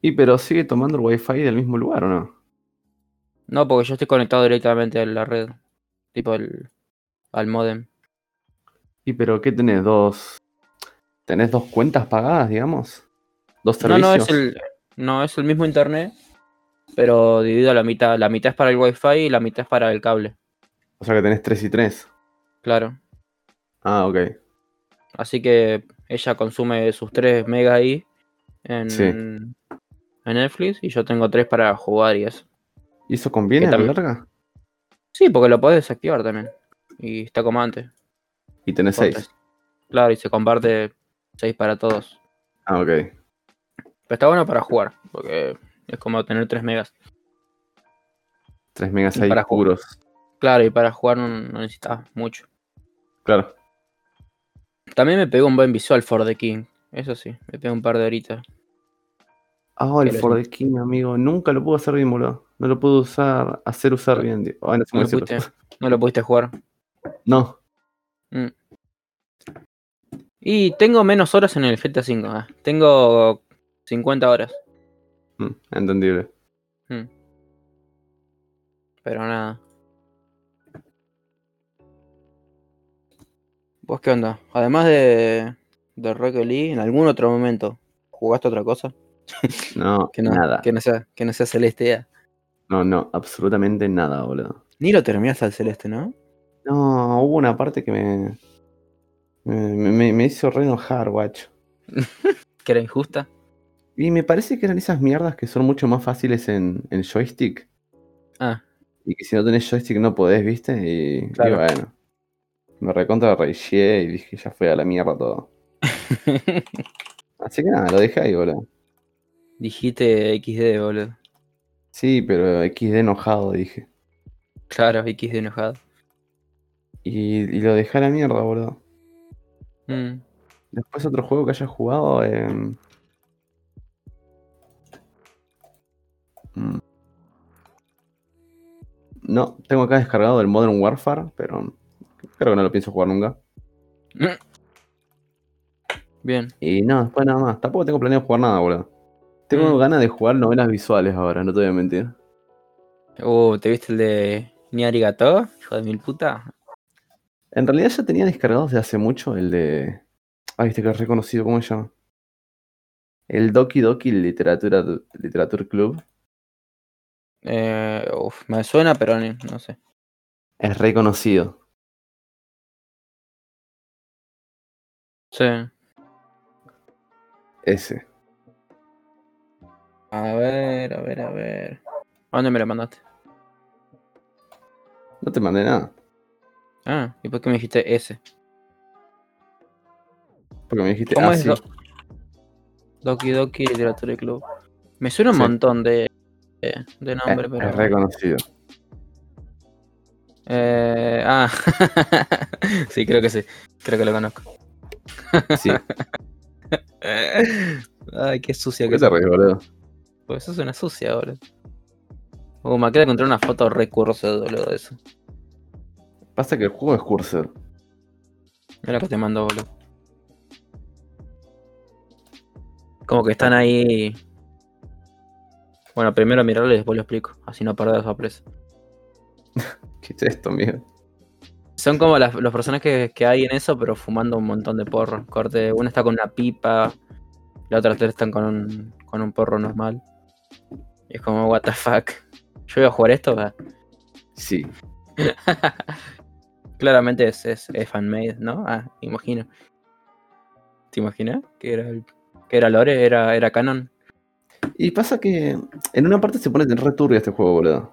[SPEAKER 2] Y pero sigue tomando el wifi del mismo lugar, ¿o no?
[SPEAKER 1] No, porque yo estoy conectado directamente a la red. Tipo el, al modem.
[SPEAKER 2] Y pero ¿qué tenés? ¿Dos? ¿Tenés dos cuentas pagadas, digamos? ¿Dos
[SPEAKER 1] No,
[SPEAKER 2] servicios?
[SPEAKER 1] no es el. No, es el mismo internet. Pero dividido a la mitad. La mitad es para el wifi y la mitad es para el cable.
[SPEAKER 2] O sea que tenés tres y tres.
[SPEAKER 1] Claro.
[SPEAKER 2] Ah, ok.
[SPEAKER 1] Así que ella consume sus 3 megas ahí en,
[SPEAKER 2] Sí.
[SPEAKER 1] en Netflix y yo tengo 3 para jugar y eso.
[SPEAKER 2] ¿Y eso conviene
[SPEAKER 1] ¿Qué
[SPEAKER 2] a la
[SPEAKER 1] tal?
[SPEAKER 2] larga?
[SPEAKER 1] Sí, porque lo podés desactivar también. Y está como antes.
[SPEAKER 2] Y tenés
[SPEAKER 1] con
[SPEAKER 2] seis.
[SPEAKER 1] tres. Claro, y se comparte 6 para todos.
[SPEAKER 2] Ah, ok.
[SPEAKER 1] Pero está bueno para jugar, porque es como tener 3 megas.
[SPEAKER 2] Tres megas
[SPEAKER 1] Y
[SPEAKER 2] ahí
[SPEAKER 1] para jugar.
[SPEAKER 2] puros.
[SPEAKER 1] Claro, y para jugar no, no necesitas mucho.
[SPEAKER 2] Claro.
[SPEAKER 1] También me pegó un buen visual for the King. Eso sí, me pegó un par de horitas.
[SPEAKER 2] Ah, el
[SPEAKER 1] Pero-
[SPEAKER 2] For the King, amigo. Nunca lo pude hacer bien, boludo. No lo pude usar, hacer usar
[SPEAKER 1] No-
[SPEAKER 2] bien. digo. Ah, no,
[SPEAKER 1] No
[SPEAKER 2] sé cómo
[SPEAKER 1] lo
[SPEAKER 2] decirlo.
[SPEAKER 1] pudiste, no lo pudiste jugar.
[SPEAKER 2] no.
[SPEAKER 1] Y tengo menos horas en el GTA V. ah, Tengo 50 horas.
[SPEAKER 2] Mm, entendible.
[SPEAKER 1] Pero nada. ¿Vos qué onda? Además de, de Rocket League, ¿en algún otro momento jugaste otra cosa?
[SPEAKER 2] No,
[SPEAKER 1] Que no,
[SPEAKER 2] nada.
[SPEAKER 1] Que no sea, que no sea Celeste. ya.
[SPEAKER 2] No, no, absolutamente nada, boludo.
[SPEAKER 1] Ni lo terminaste al Celeste, ¿no?
[SPEAKER 2] No, hubo una parte que me. Me, me- me hizo re enojar, guacho.
[SPEAKER 1] Que era injusta.
[SPEAKER 2] Y me parece que eran esas mierdas que son mucho más fáciles en, en joystick.
[SPEAKER 1] Ah,
[SPEAKER 2] Y que si no tenés joystick no podés, ¿viste? Y, y
[SPEAKER 1] Claro.
[SPEAKER 2] bueno. Me recontra reillé y dije, ya fue a la mierda todo. Así que nada, lo dejé ahí, boludo.
[SPEAKER 1] dijiste XD, boludo.
[SPEAKER 2] Sí, pero XD enojado, dije.
[SPEAKER 1] Claro, XD enojado.
[SPEAKER 2] Y, y lo dejé a la mierda, boludo.
[SPEAKER 1] Mm,
[SPEAKER 2] Después otro juego que haya jugado. em, mm. No, tengo acá descargado el Modern Warfare, pero creo que no lo pienso jugar nunca.
[SPEAKER 1] Bien.
[SPEAKER 2] Y no, después nada más. Tampoco tengo planeado jugar nada, boludo. Tengo
[SPEAKER 1] Mm.
[SPEAKER 2] ganas de jugar novelas visuales ahora, no te voy a mentir.
[SPEAKER 1] Uh, ¿te viste el de Niari Gato? Hijo de mil puta.
[SPEAKER 2] En realidad ya tenía descargado desde hace mucho el de. Ay, este que es reconocido, ¿cómo se llama? El Doki Doki Literatura, Literature Club.
[SPEAKER 1] Eh, uf, me suena, pero ni- no sé.
[SPEAKER 2] Es reconocido.
[SPEAKER 1] Sí.
[SPEAKER 2] Ese.
[SPEAKER 1] A ver, a ver, a ver. ¿A dónde me lo mandaste?
[SPEAKER 2] No te mandé nada.
[SPEAKER 1] Ah, ¿y por qué me dijiste ese?
[SPEAKER 2] Porque me dijiste.
[SPEAKER 1] ¿Cómo
[SPEAKER 2] ah,
[SPEAKER 1] es
[SPEAKER 2] sí.
[SPEAKER 1] Do- Doki Doki Literatura Club? Me suena un
[SPEAKER 2] Sí.
[SPEAKER 1] montón de, de, de
[SPEAKER 2] Es-
[SPEAKER 1] nombre, pero.
[SPEAKER 2] es reconocido.
[SPEAKER 1] Eh, ah, sí, creo que sí. Creo que lo conozco.
[SPEAKER 2] Sí.
[SPEAKER 1] Eh, Ay, qué sucia
[SPEAKER 2] ¿Por
[SPEAKER 1] que
[SPEAKER 2] qué te reís, boludo?
[SPEAKER 1] Porque eso es una sucia, boludo. Uh, me acabo de encontrar una foto recurso, boludo, de eso.
[SPEAKER 2] Pasa que el juego es cursor.
[SPEAKER 1] Mira lo que te mando, boludo. Como que están ahí. Bueno, primero mirarlo y después lo explico. Así no perder la sorpresa.
[SPEAKER 2] ¿Qué es esto, amigo?
[SPEAKER 1] Son como las- los personajes que, que hay en eso, pero fumando un montón de porro. Corte, uno está con una pipa, la otra tres están con un, con un porro normal. Y es como, what the fuck. Yo voy a jugar esto, ah, va.
[SPEAKER 2] Sí.
[SPEAKER 1] Claramente es, es, es fanmade, ¿no? Ah, imagino. ¿Te imaginas? Que era, el- que era Lore, era, era canon.
[SPEAKER 2] Y pasa que en una parte se pone re turbio este juego, boludo.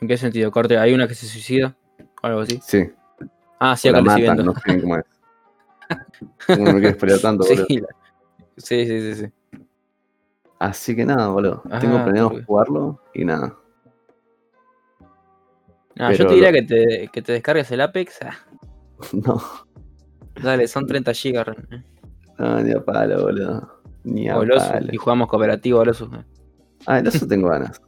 [SPEAKER 1] ¿En qué sentido? Corte, hay una que se suicida o algo así.
[SPEAKER 2] Sí.
[SPEAKER 1] Ah, sí,
[SPEAKER 2] O
[SPEAKER 1] acá
[SPEAKER 2] la
[SPEAKER 1] lo estoy
[SPEAKER 2] matan,
[SPEAKER 1] viendo.
[SPEAKER 2] no sé cómo es. No me quiero spoilear tanto,
[SPEAKER 1] Sí,
[SPEAKER 2] boludo.
[SPEAKER 1] la- sí, sí, sí, sí.
[SPEAKER 2] Así que nada, boludo.
[SPEAKER 1] Ah,
[SPEAKER 2] Tengo planeado
[SPEAKER 1] turbio.
[SPEAKER 2] jugarlo y nada.
[SPEAKER 1] No, yo
[SPEAKER 2] Pero
[SPEAKER 1] te diría
[SPEAKER 2] lo-
[SPEAKER 1] que te, que te descargues el Apex. ah,
[SPEAKER 2] No,
[SPEAKER 1] Dale, son 30 gigas. eh. Ren.
[SPEAKER 2] no, ni a palo, boludo. Ni a
[SPEAKER 1] O Oh, el oso,
[SPEAKER 2] palo.
[SPEAKER 1] y jugamos cooperativo al oso.
[SPEAKER 2] Ah, el oso tengo ganas.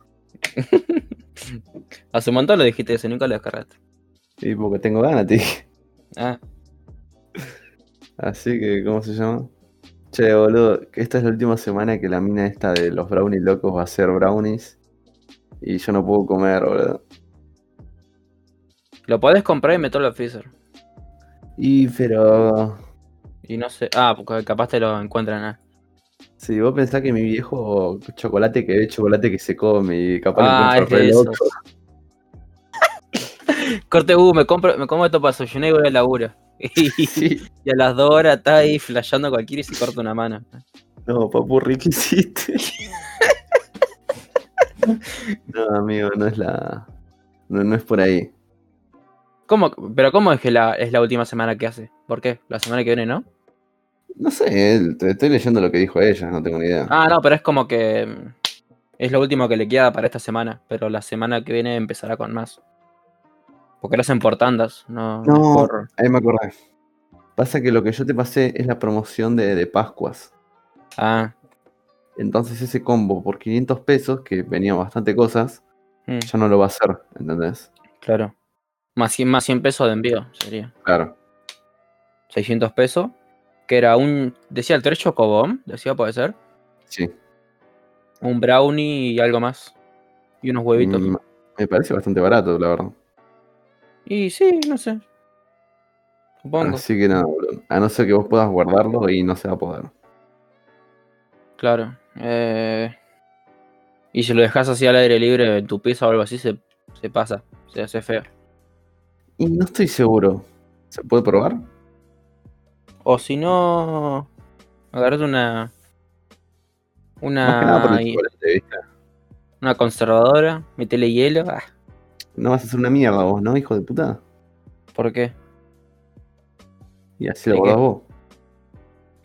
[SPEAKER 1] Hace un montón lo dijiste eso, nunca lo descargaste.
[SPEAKER 2] Y porque tengo ganas, te dije.
[SPEAKER 1] Ah,
[SPEAKER 2] Así que, ¿cómo se llama? Che, boludo, que esta es la última semana que la mina esta de los brownies locos va a hacer brownies. Y yo no puedo comer, boludo.
[SPEAKER 1] lo podés comprar y meterlo al freezer.
[SPEAKER 2] Y pero.
[SPEAKER 1] Y no sé. Ah, porque capaz te lo encuentran. ah.
[SPEAKER 2] Si vos pensás que mi viejo chocolate que es chocolate que se come y capaz lo
[SPEAKER 1] Ah,
[SPEAKER 2] encuentro
[SPEAKER 1] es
[SPEAKER 2] re
[SPEAKER 1] de
[SPEAKER 2] loco.
[SPEAKER 1] Corte, uh, me, compro, me como esto para desayunar y voy al laburo. y
[SPEAKER 2] Sí.
[SPEAKER 1] a las dos horas está ahí flasheando cualquiera y se corta una mano.
[SPEAKER 2] No, papurri, ¿qué hiciste? no, amigo, no es la. No, no es por ahí.
[SPEAKER 1] ¿Cómo, pero ¿cómo es que la, es la última semana que hace? ¿Por qué? ¿La semana que viene no?
[SPEAKER 2] No sé, eh, te estoy leyendo lo que dijo ella, no tengo ni idea.
[SPEAKER 1] Ah, no, pero es como que mm, es lo último que le queda para esta semana, pero la semana que viene empezará con más. Porque lo hacen por tandas, no, no es
[SPEAKER 2] No.
[SPEAKER 1] por-
[SPEAKER 2] Ahí me acordé. Pasa que lo que yo te pasé es la promoción de, de Pascuas.
[SPEAKER 1] Ah,
[SPEAKER 2] Entonces ese combo por 500 pesos, que venía bastante cosas,
[SPEAKER 1] mm,
[SPEAKER 2] ya no lo va a hacer, ¿entendés?
[SPEAKER 1] claro. Más 100, más 100 pesos de envío sería.
[SPEAKER 2] Claro.
[SPEAKER 1] 600 pesos, que era un... Decía el 3 chocobón, decía puede ser.
[SPEAKER 2] Sí.
[SPEAKER 1] Un brownie y algo más. Y unos huevitos.
[SPEAKER 2] Mm, Me parece bastante barato, la verdad.
[SPEAKER 1] Y sí, no sé. Supongo,
[SPEAKER 2] Así que nada, boludo. A no ser que vos puedas guardarlo y no se va a poder.
[SPEAKER 1] claro. Eh, Y si lo dejas así al aire libre en tu pieza o algo así, se, se pasa, se hace feo.
[SPEAKER 2] Y no estoy seguro. ¿Se puede probar?
[SPEAKER 1] O si no, agarrate una.
[SPEAKER 2] Más que nada por
[SPEAKER 1] Una,
[SPEAKER 2] el
[SPEAKER 1] y-
[SPEAKER 2] chocolate, ¿viste?
[SPEAKER 1] una conservadora, metele hielo. ah,
[SPEAKER 2] No vas a hacer una mierda vos, ¿no, hijo de puta?
[SPEAKER 1] ¿Por qué?
[SPEAKER 2] Y así lo
[SPEAKER 1] ¿De qué?
[SPEAKER 2] guardás vos.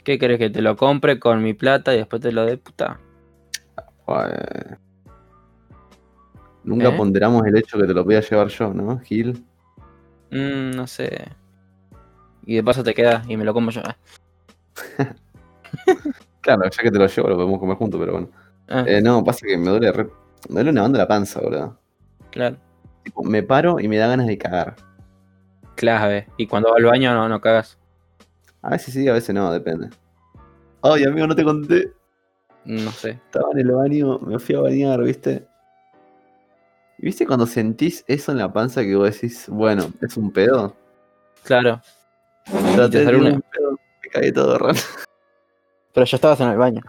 [SPEAKER 1] ¿Qué querés que te lo compre con mi plata y después te lo dé puta?
[SPEAKER 2] Joder. Nunca
[SPEAKER 1] ¿Eh?
[SPEAKER 2] ponderamos el hecho que te lo voy a llevar yo, ¿no, Gil?
[SPEAKER 1] Mm, no sé. Y de paso te queda y me lo como yo. ah.
[SPEAKER 2] Claro, ya que te lo llevo lo podemos comer juntos, pero bueno.
[SPEAKER 1] Ah,
[SPEAKER 2] Eh, no, pasa que me duele re- me duele una banda la panza, boludo.
[SPEAKER 1] claro.
[SPEAKER 2] Tipo, me paro y me da ganas de cagar.
[SPEAKER 1] Clave. Y cuando vas al baño no, no cagas.
[SPEAKER 2] A veces sí, a veces no, depende. Ay, amigo, no te conté.
[SPEAKER 1] No sé.
[SPEAKER 2] Estaba en el baño, me fui a bañar, ¿viste? Y ¿Viste cuando sentís eso en la panza que vos decís, bueno, es un pedo?
[SPEAKER 1] Claro.
[SPEAKER 2] Traté de
[SPEAKER 1] sale
[SPEAKER 2] tener
[SPEAKER 1] una-
[SPEAKER 2] un pedo, me cagué todo raro.
[SPEAKER 1] Pero ya estabas en el baño.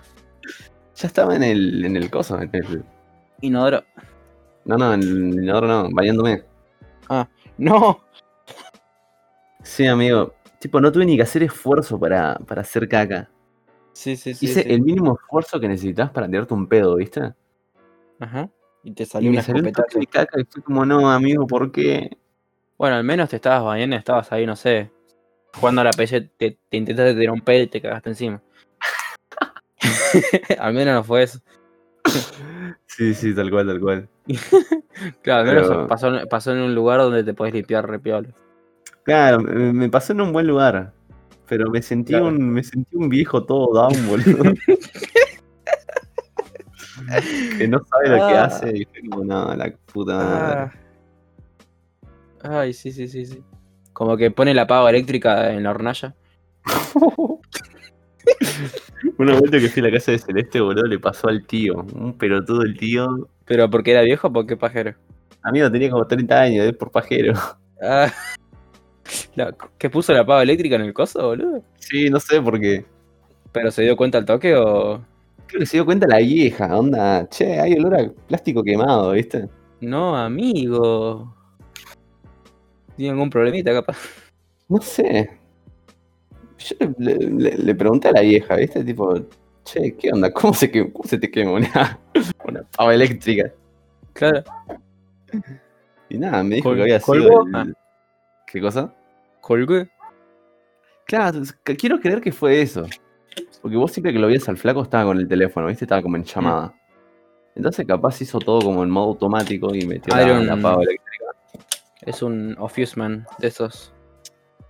[SPEAKER 2] Ya estaba en el, en el coso, en el...
[SPEAKER 1] Inodoro.
[SPEAKER 2] No, no, en el inodoro no, bañándome.
[SPEAKER 1] ¡No!
[SPEAKER 2] Sí, amigo. Tipo, no tuve ni que hacer esfuerzo para, para hacer caca.
[SPEAKER 1] Sí, sí, sí.
[SPEAKER 2] Hice
[SPEAKER 1] sí.
[SPEAKER 2] el mínimo esfuerzo que necesitas para tirarte un pedo, ¿viste?
[SPEAKER 1] Ajá. Y te
[SPEAKER 2] Y
[SPEAKER 1] salió
[SPEAKER 2] me
[SPEAKER 1] una
[SPEAKER 2] salió un toque
[SPEAKER 1] escopetazo.
[SPEAKER 2] de caca y fue como, no, amigo, ¿por qué?
[SPEAKER 1] Bueno, al menos te estabas bañando, estabas ahí, no sé. Jugando a la PC, te, te intentaste tirar un pedo y te cagaste encima. al menos no fue eso.
[SPEAKER 2] Sí, sí, tal cual, tal cual.
[SPEAKER 1] Claro, al menos
[SPEAKER 2] Pero-
[SPEAKER 1] pasó, en- pasó en un lugar donde te podés limpiar repiola.
[SPEAKER 2] Claro, me, me pasó en un buen lugar. Pero me sentí,
[SPEAKER 1] Claro.
[SPEAKER 2] un, me sentí un viejo todo down, boludo. que no sabe lo que
[SPEAKER 1] Ah.
[SPEAKER 2] hace y fue como, no, la puta madre.
[SPEAKER 1] Ah. Ay, sí, sí, sí, sí. Como que pone la pava eléctrica en la hornalla.
[SPEAKER 2] Una vuelta que fui a la casa de Celeste, boludo, le pasó al tío. Un pelotudo el tío.
[SPEAKER 1] Pero porque era viejo, porque pajero.
[SPEAKER 2] Amigo, tenía como 30 años, es por pajero.
[SPEAKER 1] Ah. La- ¿Qué puso la pava eléctrica en el coso, boludo?
[SPEAKER 2] Sí, no sé por qué.
[SPEAKER 1] ¿Pero se dio cuenta al toque o.?
[SPEAKER 2] Creo que se dio cuenta la vieja, onda, che, hay olor a plástico quemado, ¿viste?
[SPEAKER 1] No, amigo. Tiene algún problemita, capaz.
[SPEAKER 2] No sé. Yo le, le- le pregunté a la vieja, ¿viste? Tipo, che, ¿qué onda? ¿Cómo se, que- cómo se te quema una, una pava eléctrica?
[SPEAKER 1] Claro.
[SPEAKER 2] Y nada, me dijo
[SPEAKER 1] Col-
[SPEAKER 2] que había sido.
[SPEAKER 1] colgó.
[SPEAKER 2] el-
[SPEAKER 1] Ah.
[SPEAKER 2] ¿Qué cosa?
[SPEAKER 1] Colgué.
[SPEAKER 2] Claro, es que quiero creer que fue eso. Porque vos siempre que lo veías al flaco estaba con el teléfono, ¿viste? Estaba
[SPEAKER 1] Mm.
[SPEAKER 2] como en llamada. Entonces capaz hizo todo como en modo automático y metió la,
[SPEAKER 1] Iron-
[SPEAKER 2] la pava eléctrica.
[SPEAKER 1] Es un Offusman de esos.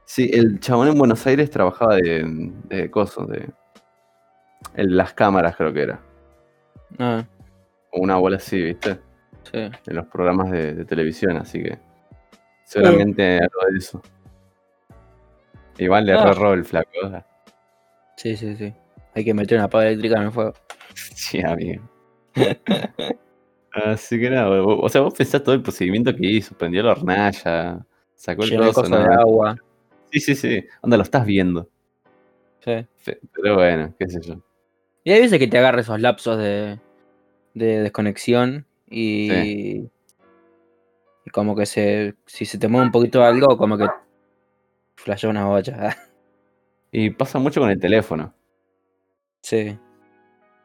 [SPEAKER 2] Sí, el chabón en Buenos Aires trabajaba de, de cosas, de. en las cámaras, creo que era.
[SPEAKER 1] Ah,
[SPEAKER 2] O una bola así, ¿viste?
[SPEAKER 1] sí.
[SPEAKER 2] En los programas de, de televisión, así que. Seguramente algo de eso. Igual le
[SPEAKER 1] Ah.
[SPEAKER 2] erró el flaco. ¿eh?
[SPEAKER 1] Sí, sí, sí. Hay que meter una pava eléctrica en el fuego.
[SPEAKER 2] Sí, amigo. Así que nada, o o sea, vos pensás todo el procedimiento que hizo, prendió la hornalla, sacó el
[SPEAKER 1] Llenar el
[SPEAKER 2] trozo,
[SPEAKER 1] coso de
[SPEAKER 2] nada.
[SPEAKER 1] agua.
[SPEAKER 2] Sí, sí, sí. Anda, lo estás viendo.
[SPEAKER 1] Sí.
[SPEAKER 2] Fe- Pero bueno, qué sé yo.
[SPEAKER 1] Y hay veces que te agarra esos lapsos de, de desconexión y, y como que se, si se te mueve un poquito algo, como que flashea una bocha.
[SPEAKER 2] Y pasa mucho con el teléfono.
[SPEAKER 1] sí.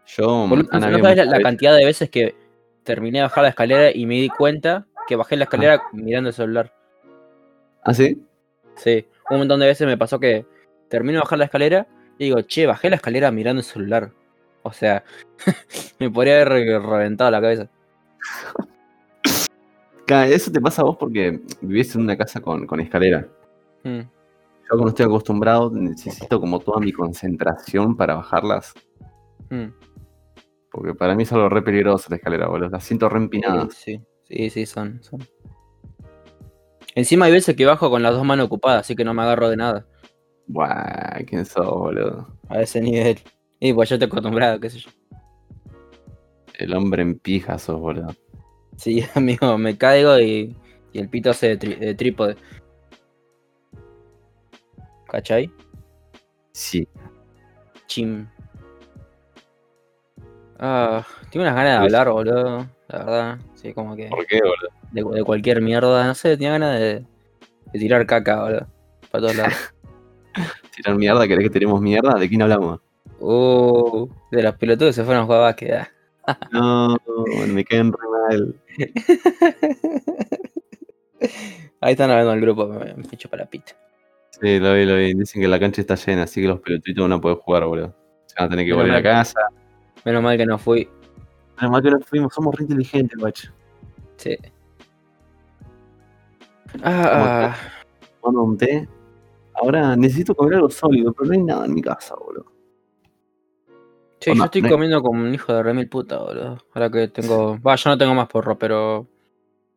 [SPEAKER 2] Yo.
[SPEAKER 1] Boludo,
[SPEAKER 2] han
[SPEAKER 1] no
[SPEAKER 2] habido
[SPEAKER 1] sabes la, la
[SPEAKER 2] muchas veces-
[SPEAKER 1] cantidad de veces que terminé de bajar la escalera y me di cuenta que bajé la escalera mirando el celular.
[SPEAKER 2] ¿Ah, sí?
[SPEAKER 1] Sí, un montón de veces me pasó que termino de bajar la escalera y digo, che, bajé la escalera mirando el celular. O sea, me podría haber re- reventado la cabeza.
[SPEAKER 2] Ca- Eso te pasa a vos porque vivís en una casa con, con escalera.
[SPEAKER 1] Mm,
[SPEAKER 2] Yo, como estoy acostumbrado, necesito como toda mi concentración para bajarlas.
[SPEAKER 1] mm.
[SPEAKER 2] Porque para mí es algo re peligroso la escalera, boludo. La siento re empinada.
[SPEAKER 1] Sí, sí, sí, son, son. Encima hay veces que bajo con las dos manos ocupadas, así que no me agarro de nada.
[SPEAKER 2] Buah, ¿quién sos, boludo?
[SPEAKER 1] A ese nivel. Y pues yo estoy acostumbrado, qué sé yo.
[SPEAKER 2] El hombre en pija sos, boludo.
[SPEAKER 1] Sí, amigo, me caigo y, y el pito hace de, tri- de trípode. ¿Cachai?
[SPEAKER 2] Sí.
[SPEAKER 1] Chim. Ah, tengo unas ganas de
[SPEAKER 2] Sí.
[SPEAKER 1] hablar, boludo. La verdad, sí, como que.
[SPEAKER 2] ¿Por qué, boludo?
[SPEAKER 1] De, de cualquier mierda, no sé, tenía ganas de, de tirar caca, boludo. Para todos lados.
[SPEAKER 2] Tirar mierda, ¿querés que tiremos mierda? ¿De quién hablamos?
[SPEAKER 1] Uh, de los pelotudos se fueron a jugar a básquet. ah.
[SPEAKER 2] No, me caen re mal.
[SPEAKER 1] Ahí están hablando el grupo, me, me echo para la pita.
[SPEAKER 2] Sí, lo vi, lo vi. Dicen que la cancha está llena, así que los pelotitos no pueden jugar, boludo. Se van a tener que
[SPEAKER 1] Menos
[SPEAKER 2] volver a
[SPEAKER 1] mal.
[SPEAKER 2] casa.
[SPEAKER 1] Menos mal que no fui.
[SPEAKER 2] Menos mal que nos fuimos, somos re inteligentes, guacho.
[SPEAKER 1] Sí. Ah,
[SPEAKER 2] Tomando un té. Ahora necesito comer algo sólido, pero no hay nada en mi casa, boludo.
[SPEAKER 1] che, yo
[SPEAKER 2] Onda,
[SPEAKER 1] estoy
[SPEAKER 2] ne-
[SPEAKER 1] comiendo como un hijo de remil puta, boludo. Ahora que tengo. Va, yo no tengo más porro, pero.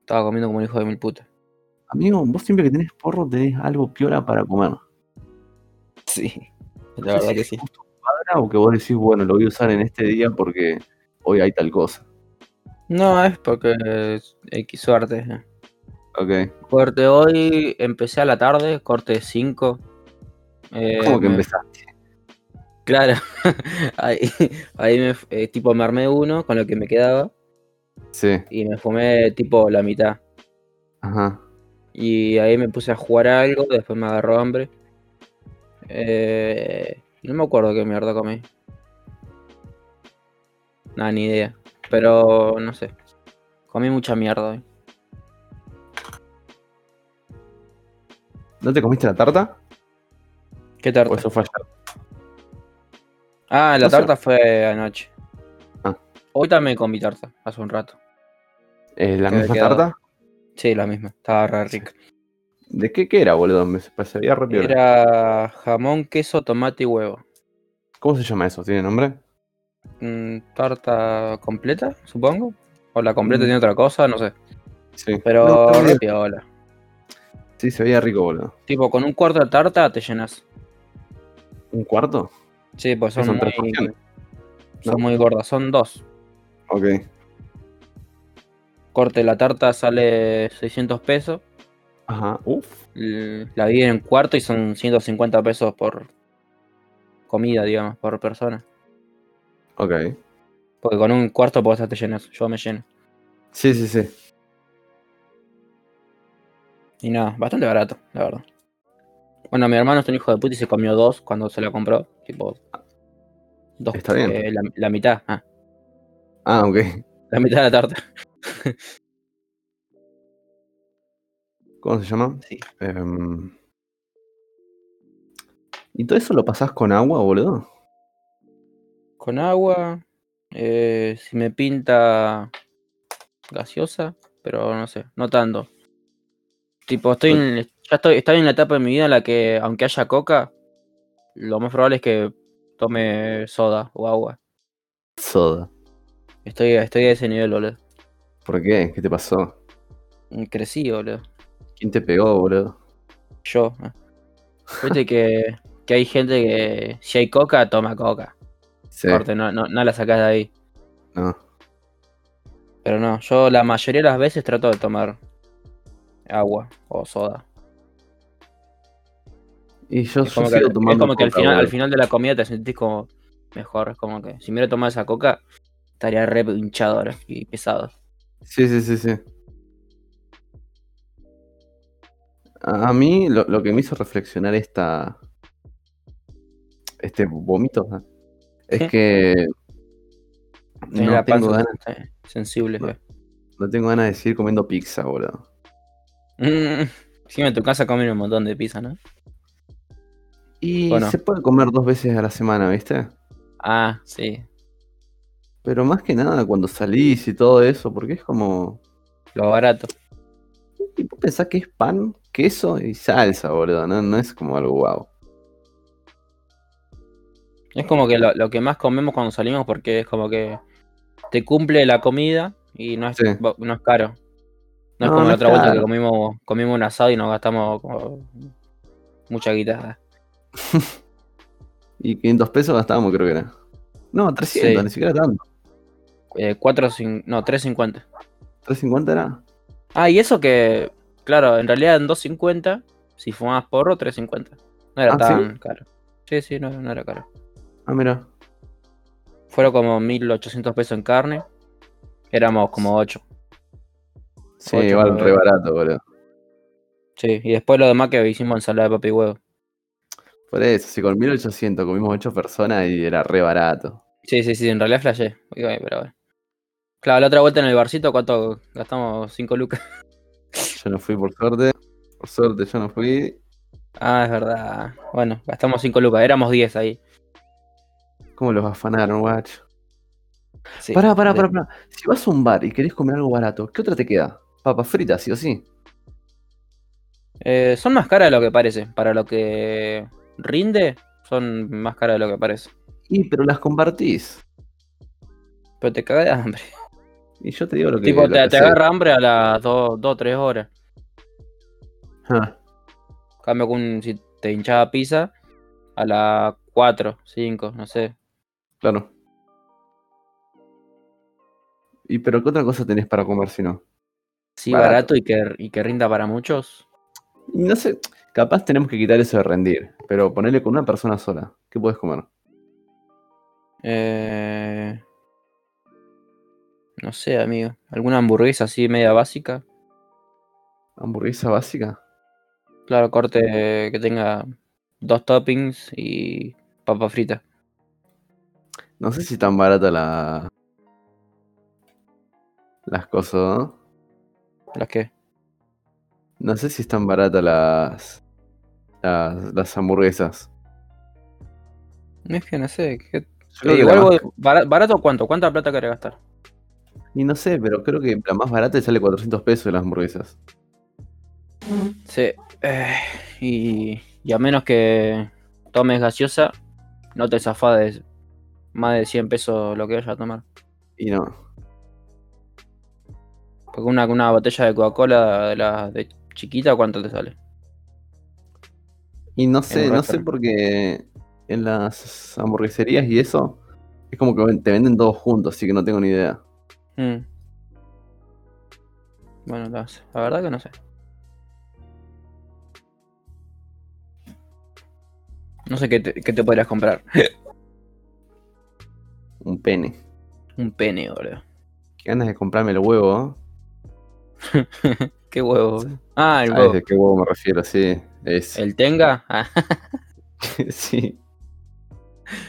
[SPEAKER 1] Estaba comiendo como un hijo de mil puta.
[SPEAKER 2] Amigo, vos siempre que tenés porro tenés algo piola para comer.
[SPEAKER 1] Sí.
[SPEAKER 2] No
[SPEAKER 1] La
[SPEAKER 2] sé
[SPEAKER 1] verdad
[SPEAKER 2] si
[SPEAKER 1] que
[SPEAKER 2] es
[SPEAKER 1] sí.
[SPEAKER 2] justo cuadra O que vos decís, bueno, lo voy a usar en este día porque hoy hay tal cosa.
[SPEAKER 1] No, es porque. es X suerte. eh.
[SPEAKER 2] Ok.
[SPEAKER 1] Corte hoy, empecé a la tarde, corte 5. Eh,
[SPEAKER 2] ¿Cómo que
[SPEAKER 1] me-
[SPEAKER 2] empezaste?
[SPEAKER 1] Claro, ahí, ahí me, f- eh, tipo me armé uno con lo que me quedaba
[SPEAKER 2] Sí,
[SPEAKER 1] y me fumé tipo la mitad.
[SPEAKER 2] ajá.
[SPEAKER 1] Y ahí me puse a jugar algo, después me agarró hambre. Eh, no me acuerdo qué mierda comí. Nada, ni idea. Pero no sé. Comí mucha mierda hoy.
[SPEAKER 2] ¿No te comiste la tarta?
[SPEAKER 1] ¿Qué tarta?
[SPEAKER 2] ¿O eso fue ayer?
[SPEAKER 1] ah, la
[SPEAKER 2] Pues, no sé.
[SPEAKER 1] tarta fue anoche.
[SPEAKER 2] Ah.
[SPEAKER 1] Hoy también comí tarta, hace un rato.
[SPEAKER 2] Eh, ¿La
[SPEAKER 1] Que
[SPEAKER 2] misma
[SPEAKER 1] quedó-
[SPEAKER 2] tarta?
[SPEAKER 1] Sí, la misma. Estaba re rica.
[SPEAKER 2] ¿De qué, qué era, boludo? Me parecía re piola.
[SPEAKER 1] Era jamón, queso, tomate y huevo.
[SPEAKER 2] ¿Cómo se llama eso? ¿Tiene nombre?
[SPEAKER 1] mm, tarta completa, supongo. O la completa
[SPEAKER 2] Mm.
[SPEAKER 1] tiene otra cosa, no sé.
[SPEAKER 2] Sí.
[SPEAKER 1] Pero
[SPEAKER 2] No, está
[SPEAKER 1] re
[SPEAKER 2] bien.
[SPEAKER 1] piola.
[SPEAKER 2] sí, se veía rico, boludo.
[SPEAKER 1] Tipo, con un cuarto de tarta te llenas.
[SPEAKER 2] ¿Un cuarto?
[SPEAKER 1] Sí, pues son,
[SPEAKER 2] son tres
[SPEAKER 1] muy,
[SPEAKER 2] porciones,
[SPEAKER 1] son
[SPEAKER 2] ¿no?
[SPEAKER 1] muy gordas, son dos.
[SPEAKER 2] Ok.
[SPEAKER 1] Corte, la tarta sale 600 pesos.
[SPEAKER 2] Ajá. Uf.
[SPEAKER 1] l- La dividen en cuarto y son 150 pesos por comida, digamos, por persona.
[SPEAKER 2] Ok.
[SPEAKER 1] Porque con un cuarto vos ya te llenas. Yo me lleno.
[SPEAKER 2] Sí, sí, sí.
[SPEAKER 1] Y nada, bastante barato, la verdad. Bueno, mi hermano es un hijo de puta y se comió dos cuando se la compró. Tipo. Dos.
[SPEAKER 2] Está bien.
[SPEAKER 1] eh, la, la mitad. Ah,
[SPEAKER 2] Ah, ok.
[SPEAKER 1] la mitad de la tarta.
[SPEAKER 2] ¿Cómo se llama?
[SPEAKER 1] Sí.
[SPEAKER 2] Em, ¿Y todo eso lo pasás con agua, boludo?
[SPEAKER 1] Con agua. eh, si me pinta. Gaseosa. Pero no sé, no tanto. Tipo, estoy en, ya estoy, estoy en la etapa de mi vida en la que, aunque haya coca, lo más probable es que tome soda o agua.
[SPEAKER 2] Soda.
[SPEAKER 1] Estoy, estoy a ese nivel, boludo.
[SPEAKER 2] ¿Por qué? ¿Qué te pasó?
[SPEAKER 1] Crecí, boludo.
[SPEAKER 2] ¿Quién te pegó, boludo?
[SPEAKER 1] Yo. ah. Viste que, que hay gente que si hay coca, toma coca.
[SPEAKER 2] Sí.
[SPEAKER 1] Corte, no, no, no la sacás de ahí.
[SPEAKER 2] No.
[SPEAKER 1] Pero no, yo la mayoría de las veces trato de tomar agua o soda.
[SPEAKER 2] Y yo,
[SPEAKER 1] Es como que,
[SPEAKER 2] sigo
[SPEAKER 1] es
[SPEAKER 2] tomando
[SPEAKER 1] como que al,
[SPEAKER 2] coca,
[SPEAKER 1] final, al
[SPEAKER 2] boludo.
[SPEAKER 1] final de la comida te sentís como mejor. Es como que si me hubiera tomado esa coca, estaría re hinchado ahora y pesado.
[SPEAKER 2] Sí, sí, sí, sí. A a mí lo, lo que me hizo reflexionar esta. Este vómito ¿no? es
[SPEAKER 1] Sí.
[SPEAKER 2] que.
[SPEAKER 1] Tenés
[SPEAKER 2] No
[SPEAKER 1] la
[SPEAKER 2] tengo,
[SPEAKER 1] panza
[SPEAKER 2] ganas,
[SPEAKER 1] eh, sensible.
[SPEAKER 2] No.
[SPEAKER 1] eh.
[SPEAKER 2] no tengo ganas de seguir comiendo pizza, boludo.
[SPEAKER 1] Mm, Encima en tu casa comen un montón de pizza, ¿no?
[SPEAKER 2] Y
[SPEAKER 1] Bueno.
[SPEAKER 2] se puede comer dos veces a la semana, ¿viste?
[SPEAKER 1] Ah, sí.
[SPEAKER 2] Pero más que nada cuando salís y todo eso, porque es como.
[SPEAKER 1] Lo barato.
[SPEAKER 2] Y vos pensás que es pan, queso y salsa, boludo. No, no es como algo guau.
[SPEAKER 1] Es como que lo, lo que más comemos cuando salimos porque es como que te cumple la comida y no es,
[SPEAKER 2] Sí.
[SPEAKER 1] bo- no es caro. No, es
[SPEAKER 2] No,
[SPEAKER 1] como
[SPEAKER 2] no
[SPEAKER 1] la
[SPEAKER 2] es
[SPEAKER 1] otra vuelta que
[SPEAKER 2] caro.
[SPEAKER 1] comimos, comimos un asado y nos gastamos como mucha guitarra.
[SPEAKER 2] Y 500 pesos gastábamos, creo que era. No, 300,
[SPEAKER 1] Sí.
[SPEAKER 2] ni siquiera tanto.
[SPEAKER 1] Eh, cuatro cin- no, 3.50.
[SPEAKER 2] 350 era.
[SPEAKER 1] Ah, y eso que, claro, en realidad en 2.50, si fumabas porro, 3.50. No era
[SPEAKER 2] Ah, ¿sí?
[SPEAKER 1] tan caro. Sí, sí, no, no era caro.
[SPEAKER 2] Ah, mira.
[SPEAKER 1] Fueron como 1.800 pesos en carne. Éramos como 8.
[SPEAKER 2] Sí,
[SPEAKER 1] Ocho,
[SPEAKER 2] igual
[SPEAKER 1] nueve.
[SPEAKER 2] re barato, boludo.
[SPEAKER 1] Sí, y después lo demás que hicimos ensalada de papi huevo.
[SPEAKER 2] Por eso, si con 1800 comimos 8 personas y era re barato.
[SPEAKER 1] Sí, sí, sí, en realidad flashé. Oye, oye, pero bueno. Claro, la otra vuelta en el barcito, ¿cuánto gastamos? 5 lucas.
[SPEAKER 2] Yo no fui por suerte. Por suerte yo no fui.
[SPEAKER 1] Ah, es verdad. Bueno, gastamos 5 lucas, éramos 10 ahí.
[SPEAKER 2] ¿Cómo los afanaron, guacho?
[SPEAKER 1] Sí,
[SPEAKER 2] pará, pará,
[SPEAKER 1] de-
[SPEAKER 2] pará, pará. Si vas a un bar y querés comer algo barato, ¿qué otra te queda? Papas fritas, sí o sí.
[SPEAKER 1] Eh, son más caras de lo que parece. Para lo que rinde, son más caras de lo que parece.
[SPEAKER 2] Y pero las compartís.
[SPEAKER 1] Pero te cagas de hambre.
[SPEAKER 2] Y yo te digo lo que.
[SPEAKER 1] tipo,
[SPEAKER 2] lo
[SPEAKER 1] te,
[SPEAKER 2] que
[SPEAKER 1] te
[SPEAKER 2] sé.
[SPEAKER 1] agarra hambre a las 2 o 3 horas.
[SPEAKER 2] Ah,
[SPEAKER 1] Cambio con si te hinchaba pizza a las 4, 5, no sé.
[SPEAKER 2] claro. ¿Y pero qué otra cosa tenés para comer si no?
[SPEAKER 1] Sí,
[SPEAKER 2] Barato.
[SPEAKER 1] barato, y, que, y que rinda para muchos.
[SPEAKER 2] Y No sé, capaz tenemos que quitar eso de rendir, pero ponerle con una persona sola. ¿Qué puedes comer?
[SPEAKER 1] Eh, No sé, amigo. ¿Alguna hamburguesa así media básica?
[SPEAKER 2] ¿Hamburguesa básica?
[SPEAKER 1] Claro, corte eh, que tenga dos toppings y papa frita.
[SPEAKER 2] No sé si tan barata la. Las cosas, ¿no?
[SPEAKER 1] ¿Las qué?
[SPEAKER 2] No sé si están baratas las. Las, las hamburguesas.
[SPEAKER 1] Es que no sé. ¿qué-
[SPEAKER 2] Yo creo
[SPEAKER 1] Eh,
[SPEAKER 2] que la
[SPEAKER 1] igual
[SPEAKER 2] más-
[SPEAKER 1] vos- bara- ¿Barato cuánto? ¿Cuánta plata querés gastar?
[SPEAKER 2] Y no sé, pero creo que la más barata sale 400 pesos de las hamburguesas.
[SPEAKER 1] Sí. eh, y, y a menos que tomes gaseosa, no te zafás de más de 100 pesos lo que vayas a tomar.
[SPEAKER 2] Y no.
[SPEAKER 1] Porque una, una botella de Coca-Cola de la de chiquita, ¿cuánto te sale?
[SPEAKER 2] Y no sé,
[SPEAKER 1] un
[SPEAKER 2] no sé
[SPEAKER 1] restaurante.
[SPEAKER 2] porque. En las hamburgueserías y eso. Es como que ven- te venden todos juntos, así que no tengo ni idea.
[SPEAKER 1] Mm. Bueno, no sé, la verdad que no sé. No sé qué te, qué te podrías comprar.
[SPEAKER 2] Un pene.
[SPEAKER 1] Un pene, boludo.
[SPEAKER 2] Qué ganas de comprarme el huevo, ¿eh?
[SPEAKER 1] Qué huevo. boludo. Ah, el
[SPEAKER 2] ¿Sabes
[SPEAKER 1] huevo.
[SPEAKER 2] de qué huevo me refiero? Sí, es.
[SPEAKER 1] El tenga. Ah,
[SPEAKER 2] sí,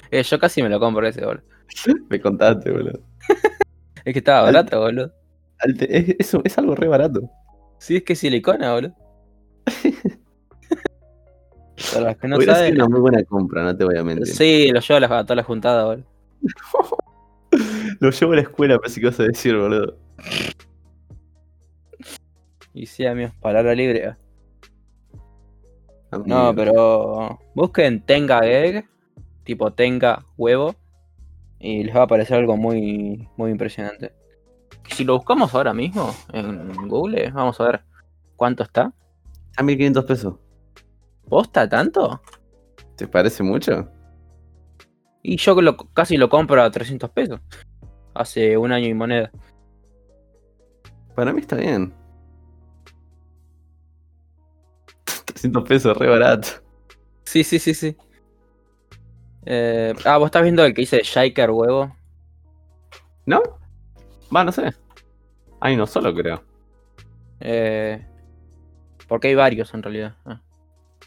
[SPEAKER 1] eh, yo casi me lo compro ese, boludo.
[SPEAKER 2] me contaste, boludo.
[SPEAKER 1] Es que estaba
[SPEAKER 2] Al-
[SPEAKER 1] barato, boludo.
[SPEAKER 2] Al- Es, es- es algo re barato.
[SPEAKER 1] Sí, es que es silicona, boludo. Para los que no
[SPEAKER 2] Hubiera
[SPEAKER 1] saben.
[SPEAKER 2] sido una muy buena compra, no te voy a mentir.
[SPEAKER 1] Sí, lo llevo a, las- a todas las juntadas, boludo.
[SPEAKER 2] Lo llevo a la escuela, pensé que ibas a decir, boludo.
[SPEAKER 1] Y sí, amigos, palabra libre. ah. No, pero busquen tenga egg, tipo tenga huevo, y les va a aparecer algo muy, muy impresionante. Si lo buscamos ahora mismo en Google, vamos a ver cuánto está.
[SPEAKER 2] A 1500 pesos.
[SPEAKER 1] ¿Posta tanto?
[SPEAKER 2] ¿Te parece mucho?
[SPEAKER 1] Y yo lo- casi lo compro a 300 pesos. Hace un año y moneda.
[SPEAKER 2] Para mí está bien. 300 pesos, re barato.
[SPEAKER 1] Sí, sí, sí, sí. Eh, ah, vos estás viendo el que dice Shaker huevo.
[SPEAKER 2] ¿No? Va, no sé. Hay uno solo, creo.
[SPEAKER 1] Eh, porque hay varios en realidad. Ah.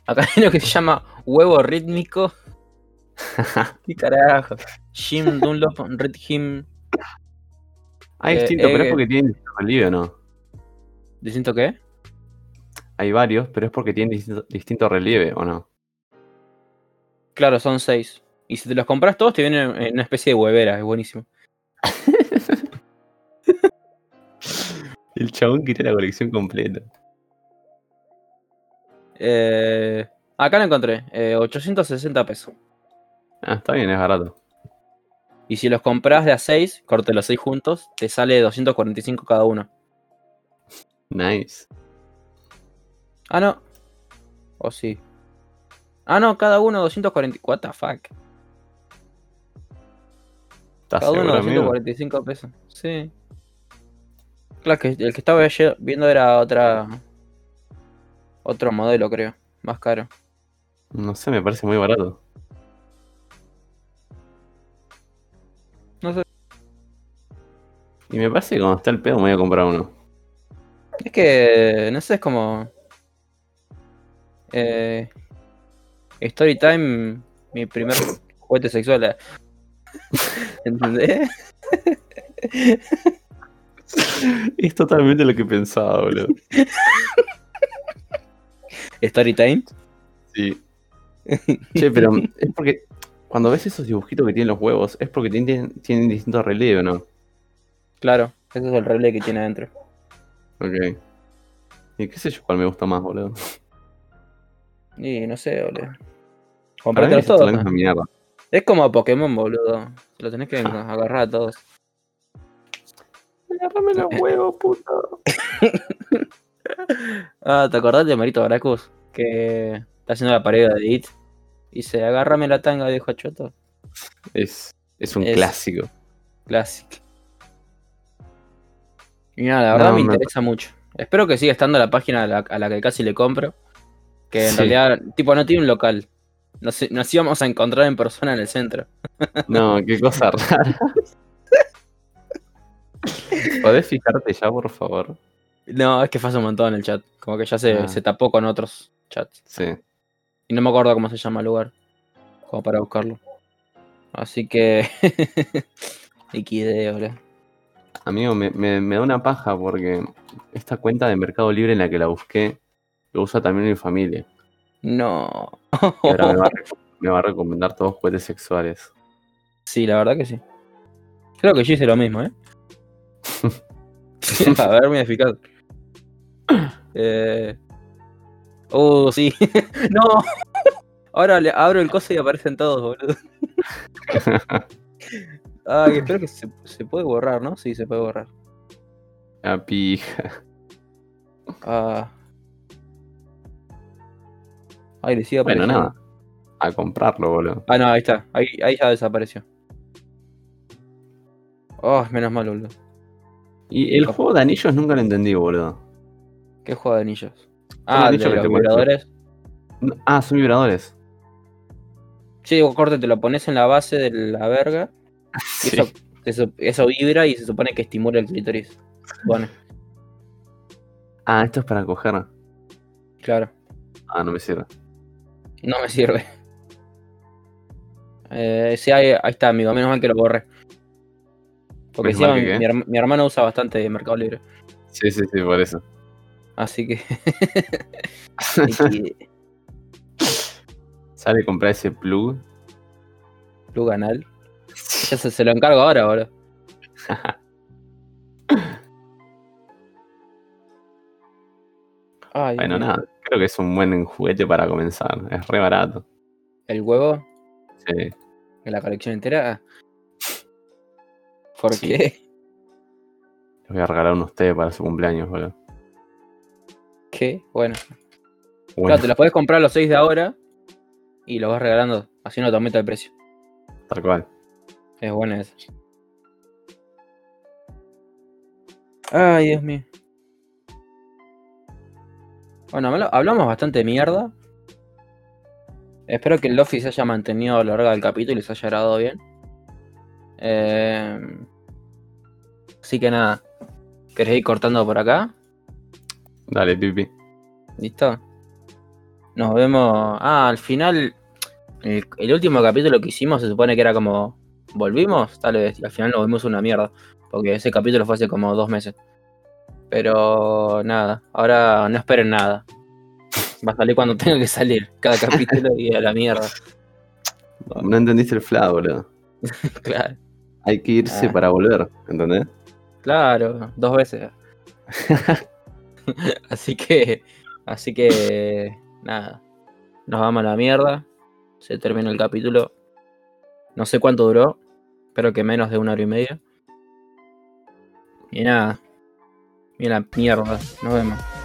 [SPEAKER 1] Acá hay uno que se llama huevo rítmico. ¿Qué carajo? Jim Dunlop, Red Him.
[SPEAKER 2] Hay
[SPEAKER 1] Eh,
[SPEAKER 2] distintos, pero
[SPEAKER 1] eh,
[SPEAKER 2] es porque tienen distintos relieves, ¿no?
[SPEAKER 1] ¿Te siento qué?
[SPEAKER 2] Hay varios, pero es porque tienen distinto, distinto relieve, ¿o no?
[SPEAKER 1] Claro, son seis. Y si te los compras todos, te vienen en una especie de huevera. Es buenísimo.
[SPEAKER 2] El chabón quiere la colección completa.
[SPEAKER 1] Eh, acá lo encontré. eh, 860 pesos.
[SPEAKER 2] Ah, está bien, es barato.
[SPEAKER 1] Y si los compras de a 6, corte los 6 juntos, te sale 245 cada uno.
[SPEAKER 2] Nice.
[SPEAKER 1] Ah, no. O sí. Ah, no, cada uno 240. What the fuck.
[SPEAKER 2] ¿Estás
[SPEAKER 1] Cada uno
[SPEAKER 2] seguro, amigo?
[SPEAKER 1] 245 pesos. Sí. Claro, que el que estaba ayer viendo era otra. Otro modelo, creo. Más caro.
[SPEAKER 2] No sé, me parece muy barato.
[SPEAKER 1] No sé.
[SPEAKER 2] Y me parece que cuando está el pedo me voy a comprar uno.
[SPEAKER 1] Es que. No sé, es como. Eh, story time, mi primer juguete sexual. eh. ¿Entendés?
[SPEAKER 2] Es totalmente lo que pensaba, boludo.
[SPEAKER 1] Story time.
[SPEAKER 2] Sí. Che, pero es porque cuando ves esos dibujitos que tienen los huevos, es porque tienen, tienen distintos relieves, ¿no?
[SPEAKER 1] Claro, ese es el relé que tiene adentro.
[SPEAKER 2] Ok. Y qué sé yo cuál me gusta más, boludo.
[SPEAKER 1] Y no sé, boludo.
[SPEAKER 2] Para mí este
[SPEAKER 1] Comprártelos
[SPEAKER 2] es la
[SPEAKER 1] todos.
[SPEAKER 2] misma mierda.
[SPEAKER 1] Es como Pokémon, boludo. Lo tenés
[SPEAKER 2] Ah.
[SPEAKER 1] que agarrar a todos.
[SPEAKER 2] Agarrame los huevos, puto.
[SPEAKER 1] Ah, ¿te acordás de Marito Baracus? Que está haciendo la pared de It. Y se agárrame la tanga, viejo choto.
[SPEAKER 2] Es, es un
[SPEAKER 1] Es-
[SPEAKER 2] clásico.
[SPEAKER 1] Clásico. Y nada, la verdad
[SPEAKER 2] No,
[SPEAKER 1] me
[SPEAKER 2] me-
[SPEAKER 1] interesa mucho. Espero que siga estando la página a la, a la que casi le compro. Que en
[SPEAKER 2] Sí.
[SPEAKER 1] realidad, tipo, no tiene un local. Nos, nos íbamos a encontrar en persona en el centro.
[SPEAKER 2] No, qué cosa rara. ¿Podés fijarte ya, por favor?
[SPEAKER 1] No, es que fue hace un montón el chat. Como que ya se,
[SPEAKER 2] Ah.
[SPEAKER 1] se tapó con otros chats.
[SPEAKER 2] Sí.
[SPEAKER 1] Y no me acuerdo cómo se llama el lugar. Como para buscarlo. Así que. XD, boludo.
[SPEAKER 2] Amigo, me, me- me da una paja porque esta cuenta de Mercado Libre en la que la busqué, lo usa también mi familia.
[SPEAKER 1] No.
[SPEAKER 2] Y ahora me va, a reco- me va a recomendar todos juguetes sexuales.
[SPEAKER 1] Sí, la verdad que sí. Creo que yo hice lo mismo, ¿eh? a ver, muy eficaz. Eh... Oh, sí. no. Ahora le abro el coso y aparecen todos, boludo. Ay, espero que se, se puede borrar, ¿no? Sí, se puede borrar.
[SPEAKER 2] La pija.
[SPEAKER 1] Ah. Ay, le sigue
[SPEAKER 2] Bueno,
[SPEAKER 1] apareciendo.
[SPEAKER 2] nada. A comprarlo, boludo.
[SPEAKER 1] Ah, no, ahí está. Ahí, ahí ya desapareció. Oh, menos mal, boludo.
[SPEAKER 2] Y el juego de anillos nunca lo entendí, boludo.
[SPEAKER 1] ¿Qué juego de anillos? Ah, de
[SPEAKER 2] anillo que
[SPEAKER 1] los
[SPEAKER 2] te cuelga.
[SPEAKER 1] vibradores.
[SPEAKER 2] No- Ah, son vibradores.
[SPEAKER 1] Sí, vos corte, te lo pones en la base de la verga. y
[SPEAKER 2] Sí.
[SPEAKER 1] Eso, eso- eso vibra y se supone que estimula el clítoris. Bueno,
[SPEAKER 2] Ah, esto es para coger.
[SPEAKER 1] claro.
[SPEAKER 2] Ah, no me sirve.
[SPEAKER 1] No me sirve. Eh, sí, ahí, ahí está, amigo. Menos mal que lo borré. Porque
[SPEAKER 2] Menos mal
[SPEAKER 1] encima mi,
[SPEAKER 2] que qué.
[SPEAKER 1] mi herma- mi hermano usa bastante de Mercado Libre.
[SPEAKER 2] Sí, sí, sí, por eso.
[SPEAKER 1] Así que. XD,
[SPEAKER 2] Sale a comprar ese plug.
[SPEAKER 1] Plug anal. Ya se, se lo encargo ahora, boludo. Ay,
[SPEAKER 2] Bueno,
[SPEAKER 1] Dios mío.
[SPEAKER 2] nada. creo que es un buen juguete para comenzar. Es re barato.
[SPEAKER 1] ¿El huevo?
[SPEAKER 2] Sí.
[SPEAKER 1] ¿En la colección entera? Ah. ¿Por
[SPEAKER 2] Sí.
[SPEAKER 1] qué?
[SPEAKER 2] Les voy a regalar uno a ustedes para su cumpleaños, boludo.
[SPEAKER 1] ¿Qué? Bueno.
[SPEAKER 2] Bueno,
[SPEAKER 1] Claro, te los podés comprar los 6 de ahora y los vas regalando. Así no te aumenta el precio.
[SPEAKER 2] tal cual.
[SPEAKER 1] Es buena esa. Ay, Dios mío. Bueno, habla- hablamos bastante mierda. Espero que el Luffy se haya mantenido a lo largo del capítulo y se haya grabado bien. Eh, así que nada. ¿Querés ir cortando por acá?
[SPEAKER 2] Dale, pipi.
[SPEAKER 1] ¿Listo? Nos vemos. Ah, al final. El, el último capítulo que hicimos se supone que era como. ¿Volvimos? Tal vez. Y al final nos volvimos una mierda. Porque ese capítulo fue hace como dos meses. Pero nada. Ahora no esperen nada. Va a salir cuando tenga que salir. Cada capítulo y a la mierda.
[SPEAKER 2] No entendiste el fla, boludo.
[SPEAKER 1] Claro.
[SPEAKER 2] Hay que irse
[SPEAKER 1] Ah.
[SPEAKER 2] para volver, ¿entendés?
[SPEAKER 1] Claro. Dos veces. así que. Así que. Nada. Nos vamos a la mierda. Se termina el capítulo. No sé cuánto duró. Espero que menos de una hora y media. Y nada. Mira, mierda. Nos vemos.